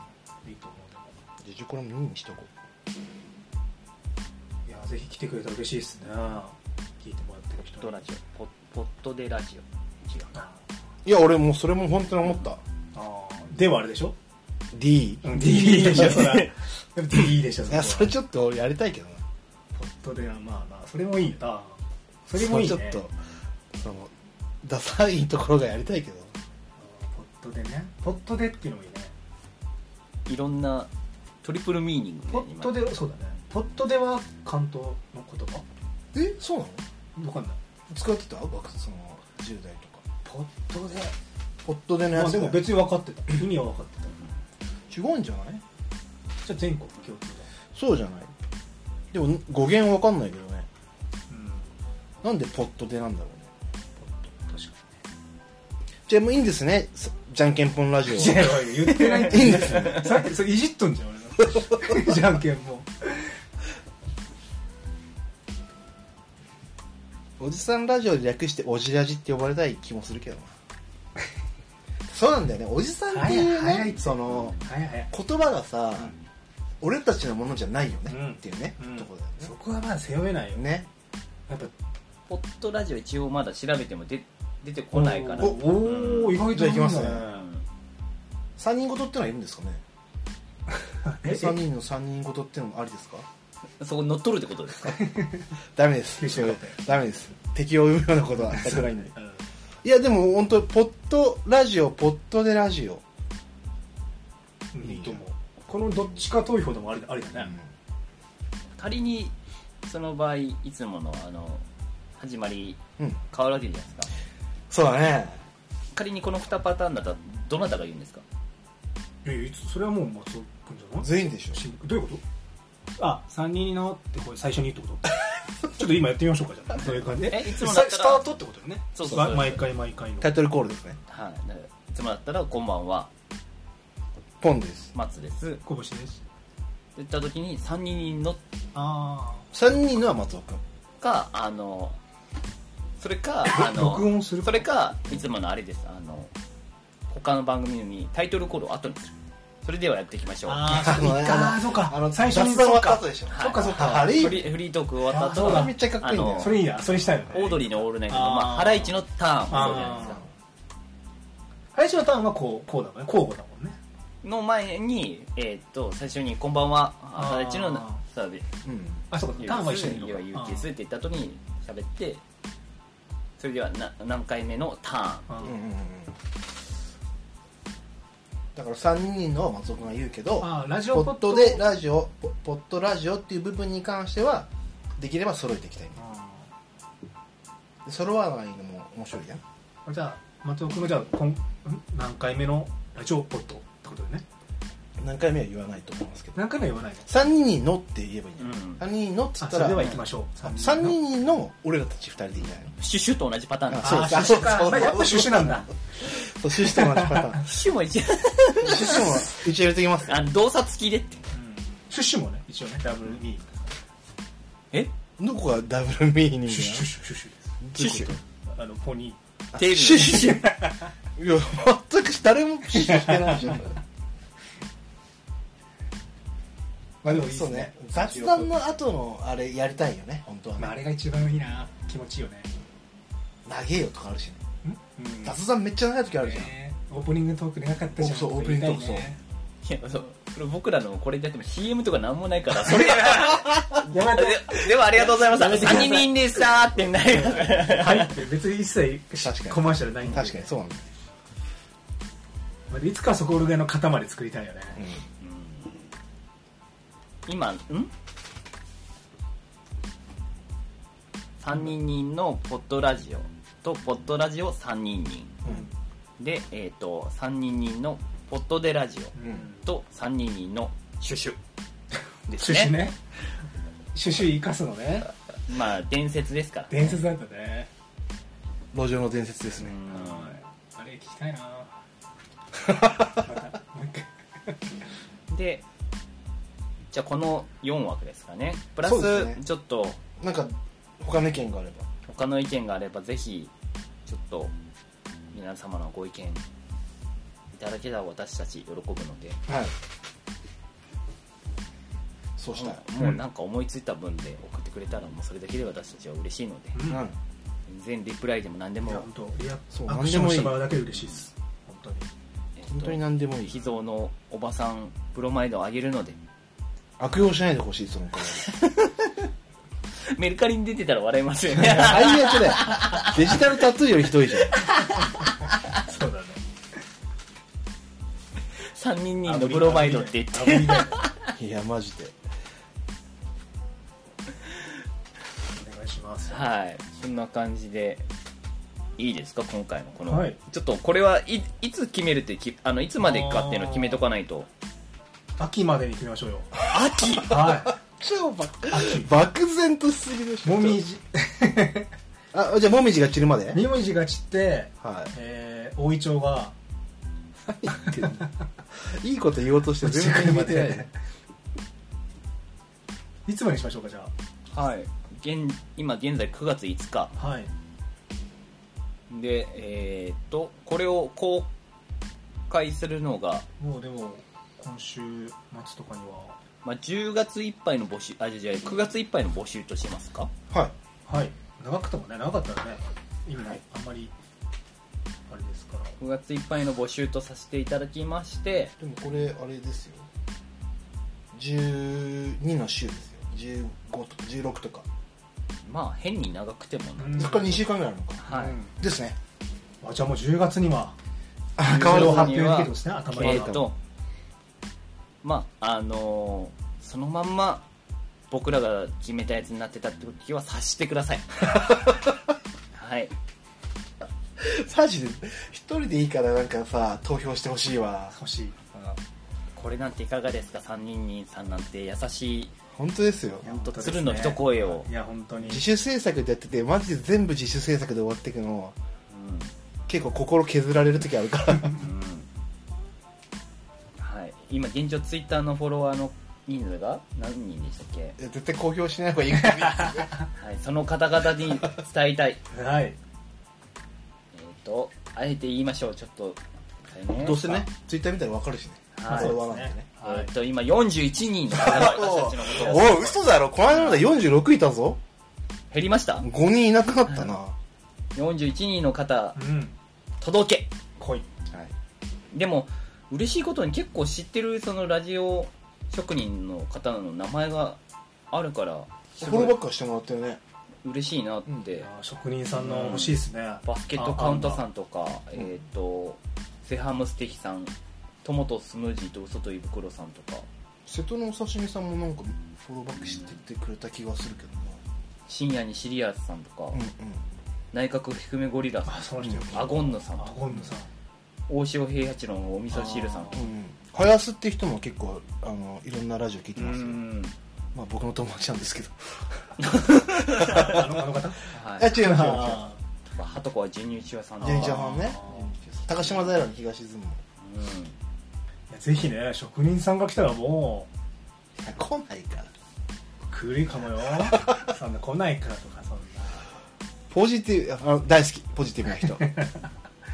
S3: いいと思う
S2: じゃあこれも2にしとこ
S3: いやぜひ来てくれたら嬉しいですね聞いてもらってる人
S1: ポッドラジオポポッドでラジオ違うな
S2: ういや俺もうそれも本当に思った、
S3: あーではあれでしょ
S2: D
S3: うん DD でしょそら [laughs] でも DD でしょ
S2: いやそれ
S3: ょ
S2: ちょっと俺やりたいけどな
S3: ポットではまあなそれもいいなそれもいいね
S2: うちょっとそのダサいところがやりたいけど
S3: ポットでねポットでっていうのもいいね
S1: いろんなトリプルミーニングね
S3: ポットでそうだねポットでは関東の言葉
S2: えそうなの
S3: わかんない
S2: 使ってた若その10代とか
S3: ポットで
S2: ポットでのや
S3: まあ
S2: つ
S3: でも別に分かってた意味は分かってた
S2: 違うんじゃない
S3: じゃあ全国共通
S2: そうじゃないでも語源わかんないけどね
S3: だうん
S2: なんでポットでなんだろうね
S3: ポット確か
S2: じゃあもういいんですねそじゃんけんぽんラジオ
S3: にいや言ってないって
S2: いいんですよ
S3: さっきそれいじっとんじゃん俺のじゃんけんも
S2: おじさんラジオで略しておじラジって呼ばれたい気もするけどな [laughs] そうなんだよねおじさんっていう
S3: 早い早
S2: ね
S3: い
S2: その
S3: はいはい
S2: 言葉がさ、俺たちのものじゃないよね、
S3: うん
S2: っていうね、
S3: うん
S2: とこだよ
S3: そこはまあ背負えないよ
S2: ねね
S3: やっぱ
S1: ポッドラジオ一応まだ調べても出出てこないから
S3: おおー意外と
S2: じゃあ行きますね
S1: うん
S2: 3人ごとってのはいるんですかね
S3: え
S2: 3人の3人ごとってのもありですか
S1: そこ乗っ取るってことですか [laughs]
S2: ダメです
S3: 九州だっ
S2: ダメです敵を生むようなことはしたくないんでいやでも本当ポットラジオポットでラジオ、
S3: いいと思うこのどっちか投票でもありだありだね
S1: 仮にその場合いつものあの始まり
S2: うん
S1: 変わるわけじゃないですか
S2: そうだね
S1: 仮にこの2パターンだったらどなたが言うんですか
S3: えいつそれはもう松尾君じゃない
S2: 全員でしょ
S3: しどういうことあ三3人のってこれ最初にってことちょっと今 [laughs] やってみましょうかじゃあ [laughs] そういう感じで
S1: えいつもだったら
S3: スタートってことよね
S1: そうそうそう
S3: 毎回毎回の
S2: タイトルコールですね
S1: はい、だからいつもだったら「こんばんは
S2: ポンです
S1: 松です」って
S3: こぼしです
S1: 言った時に3人の
S3: あ
S2: 3人のは松尾君
S1: かあのそれかあの
S3: 録音する
S1: それかいつものあれですあの他の番組のようにタイトルコールを後にするそれではやっていきましょう
S3: ああ
S2: あの
S3: そうか
S2: の
S3: そうか
S2: あの
S3: 最
S2: 最
S3: 初
S2: 初
S3: に
S2: に終わった
S3: そ
S2: 後でしょ
S1: はい
S2: そっかそっかあ
S1: フ
S2: れいい
S1: リーフリートーク終わった
S3: あ
S1: 後
S3: ーそれ
S2: めっちゃかっこいいんだよ
S1: あの
S3: それいいなそれしたいの
S1: オードリーの「オールナイト」の
S3: あー
S1: まあハライチのターンもそうじゃないですか
S3: あ最初のターンはこうこうだもんね交互だもんね
S1: の前に、えーっと最初に「こんばんは
S3: ー
S1: ハライチの」さあで
S2: うん
S3: あそうかターンは一緒にいる
S1: 要は「ゆ
S3: の
S1: う
S3: か
S1: きです」って言った後に喋ってそれではな何回目のターン
S3: あーあ
S2: う
S3: ー
S2: んうんうんだから3人のは松尾君が言うけど
S3: あーラジ
S2: ポ
S3: オポ
S2: ッ
S3: ット
S2: トでラジオポポットラジオっていう部分に関してはできれば揃えていきたいね
S3: あ
S2: で揃わないのも面白いじゃん
S3: ーじゃあ松尾君がじゃあこんん何回目のラジオポットってことでね
S2: 何回目は言わないと思いますけど
S3: 何回目は言わないの
S2: 3人のって言えばいいんじゃない、
S1: うん
S2: 3人のっつ
S3: あ
S2: った
S3: そ
S2: ら
S3: れでは行きましょう
S2: 3人の俺らたち2人でいいんじゃないの
S1: シュシュと同じパターンです
S2: あそう
S3: あ
S2: です
S3: ーシ
S2: あ
S3: ュシュ
S2: そう
S3: か
S2: そう
S3: まあやっぱシュシュなんだ
S2: そうシステムのパターン
S1: シュシュも一応
S2: システムは一応入れておきます
S1: あの動作付きでって
S3: シュッシュもね一応ねダブルミー
S1: え
S2: どこがダブルミーニングなの
S3: シュッシュッシュッシュッシュです
S1: シュシュ
S3: あのポニー
S1: テール
S2: シュシュいや全く誰もシュシュしてないじゃん
S3: まあでもいいで
S2: そ
S3: す
S2: うね
S3: ね
S2: 雑談の後のあれやりたいよね本当はね、
S3: まああれが一番いいな気持ちいいよね
S2: 長えよとかあるしね
S3: うん
S2: 雑談めっちゃ長い時あるじゃん、
S3: ねオープニングトーク長かったじゃん
S2: そうオープニングトークそう
S1: いやそうこれ僕らのこれだっても CM とかなんもないからそれで
S3: やめて
S1: ではありがとうございま
S3: やめ
S1: してた
S3: くださ
S1: 3
S3: い
S1: 人でしたってなる
S3: 入って別に一切
S2: 確かに
S3: コマーシャルないんで
S2: 確かにそうなんだよ、
S3: まあいつかそこぐらいの型まで作りたいよね
S2: うん
S1: 今ん3人人のポッドラジオとポッドラジオ3人人
S2: うん
S1: で、えー、と3人人のポットでラジ
S2: うん
S1: オと3人人のシュシュです
S3: シュ
S1: ね
S3: シュねシュシュ生かすのね
S1: まあ伝説ですから
S3: 伝説だったね
S2: 路上の伝説です
S1: う
S2: ね、
S1: ん
S3: あれ聞きたいなまたもう一回
S1: でじゃあこの4枠ですかねプラ
S2: そう
S1: ス、
S2: ですね
S1: ちょっと
S2: なんか他の意見があれば
S1: 他の意見があればぜひちょっと皆様のご意見いただけたら私たち喜ぶので
S2: はいそうしたい、
S1: もうなんか思いついた分で送ってくれたらもうそれだけで私たちは嬉しいので
S4: うん
S2: うん
S1: 全然リプライでも何で
S4: い
S1: も
S4: や、本当いや
S2: そう
S4: アクションしてもらうだけで嬉しいです本当に
S1: えっと
S2: 本当に何でもいい
S1: 秘蔵のおばさんプロマイドをあげるので
S2: 悪用しないでほしいその顔
S1: メルカリに出てたら笑いますよね [laughs]
S2: 最悪だよデジタルタトゥーよりひどいじゃん
S4: そうだね
S1: 3人人のプロマイドって言って
S4: 危ない
S2: いやマジで
S4: お願いします
S1: はいそんな感じでいいですか今回のこの、
S4: はい
S1: ちょっとこれはいいつ決めるってきあのいつまでかっていうのを決めとかないと
S4: 秋までに決めましょうよ
S1: 秋
S4: は
S2: 超漠漠然としすぎでし
S4: い
S2: ょ
S4: もみじ
S2: あじゃあもみじが散るまで
S4: もみじが散って、
S2: は
S4: えー、大イチョウが
S2: い何言ってんのいいこと言おうとして全然言えてないね
S4: いつまでにしましょうかじゃ
S1: はい現今現在9月5日
S4: あはい
S1: でえーっとこれを公開するのが、
S4: もうでも今週末とかには
S1: まあ、10月いっぱいの募集あじゃあ9月いっぱいの募集としますか
S2: はい
S4: はい長くてもね長かったらね意味ないあんまりあれですから
S1: 9月いっぱいの募集とさせていただきまして
S2: でもこれあれですよ12の週ですよ15とか16とか
S1: まあ変に長くてもな、
S2: そっから2週間ぐらいあるのか
S1: はい、
S2: ですね
S4: あじゃあもう10月には
S2: あ
S4: 変わ
S1: る
S4: を発表できるんですね頭
S1: え
S4: に
S1: っ、とまああのーそのまんま僕らが決めたやつになってたって時は察してく
S4: [laughs]
S1: ださいはい
S2: マジで一人でいいからなんかさ投票してほしいわ
S4: 欲しい
S1: これなんていかがですか3人人さんなんて優しい
S2: 本当ですよ
S1: ほんと鶴の一声を、
S4: いや本当に
S2: 自主制作でやっててマジで全部自主制作で終わっていくの結構心削られる時あるから [laughs]
S1: うんうんはい、今現状ツイッターのフォロワーの人数が何人でしたっけ、
S2: 絶対公表しない方がいいからね
S1: はい、その方々に伝えたい
S4: はい
S1: えっとあえて言いましょうちょっと大変
S2: [laughs] どうせねツイッター見たら分かるしね
S1: はい
S2: フォロワーなんてね
S4: はい
S1: えっと今41人の方が私たちのことを
S2: おい嘘だろこの間まで46いたぞ
S1: 減りました
S2: 5人いなくなったな、は
S1: 41人の方
S4: うん
S1: 届け
S4: 来い
S1: でも嬉しいことに結構知ってるそのラジオ職人の方の名前があるから
S2: い、フォローバックはしてもらってるね
S1: 嬉しいなっ
S4: い
S1: て
S4: や職人さんの欲しいですね
S1: バスケットカウントさ
S4: ん
S1: んとかえっとセハムステキさんトモトスムージーと嘘と胃袋さんとか
S2: 瀬戸のお刺身さんもなんかフォローバックしてってくれた気がするけどな
S1: 深夜にシリアスさんとか
S2: うんうん
S1: 内閣低めゴリラさん
S4: あその人よ
S1: アゴンヌさんと
S4: あ
S1: か
S4: ゴンドさん
S1: 大塩平八郎のお味噌汁さんとか
S2: うんうん林って人も結構あのいろんなラジオ聞いて
S1: う
S2: ますよ、
S1: ん
S2: まあ、僕の友達なんですけど
S4: あのあの方
S1: はい
S2: [laughs] あ違う違う違う
S4: あ
S1: まあ、はとこはジェニューチュアさんとか
S2: ジェニちゃんさんね
S4: あ
S2: 高島平の東相
S1: う
S2: 撲
S1: ん
S4: ーいやぜひね職人さんが来たらもう
S2: いや来ないから
S4: 来るかもよ [laughs] そんな来ないからとかそんな
S2: ポジティブあ大好きポジティブな [laughs] 人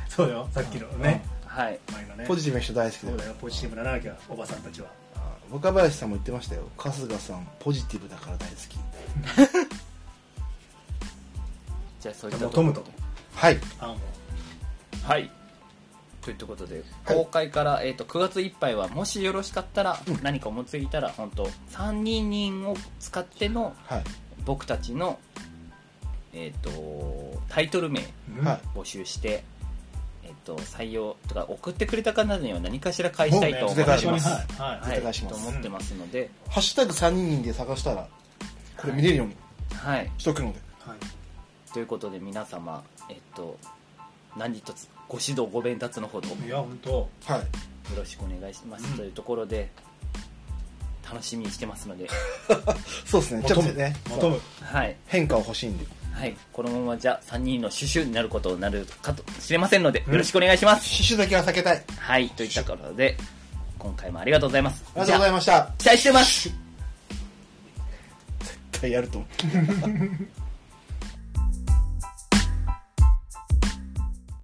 S4: そうよさっきのね
S1: はい
S4: 前のね
S2: ポジティブな人大好きだ
S4: そ
S2: よ
S4: うだよポジティブななきゃおばさんたちは
S2: あ若林さんも言ってましたよ春日さんポジティブだから大好き
S1: じゃあそういったと
S4: 求
S1: こ
S4: むと
S2: はい
S4: 案を
S1: はいということで公開から、えー、と9月いっぱいはもしよろしかったら、何か思いついたら本当3人人を使っての
S2: はい、
S1: 僕たちのえっ、とタイトル名
S2: はい
S1: 募集してえっ、と採用とか送ってくれた方には何かしら返したいと
S2: お
S1: 思
S2: ね
S1: っ
S2: 返
S1: て
S2: し
S1: ま
S2: ますす
S4: はいはい
S1: は
S2: 絶対返
S1: い
S2: し
S1: と
S2: ます
S1: 思ってますので、
S2: ハッシュタグ3人で探したらこれ見れるように
S1: はい、
S2: しとくので、
S4: はい
S1: ということで皆様えっと何一つご指導ご鞭達のほどよ
S4: いや本当
S2: はい
S1: ろしくお願いします、
S4: うん
S1: というところで楽しみにしてますので [laughs]
S2: そうですねちょっとね
S4: 求む
S1: はい、
S2: 変化を欲しいんで
S1: はい、このままじゃ3人のシュシュになることになるかとしれませんのでよろしくお願いします、
S2: 刺繍だけは避けたい
S1: はいといったところで今回もありがとうございます
S2: ありがとうござい [laughs] ました
S1: じゃあ期待してます
S2: 絶対やると思う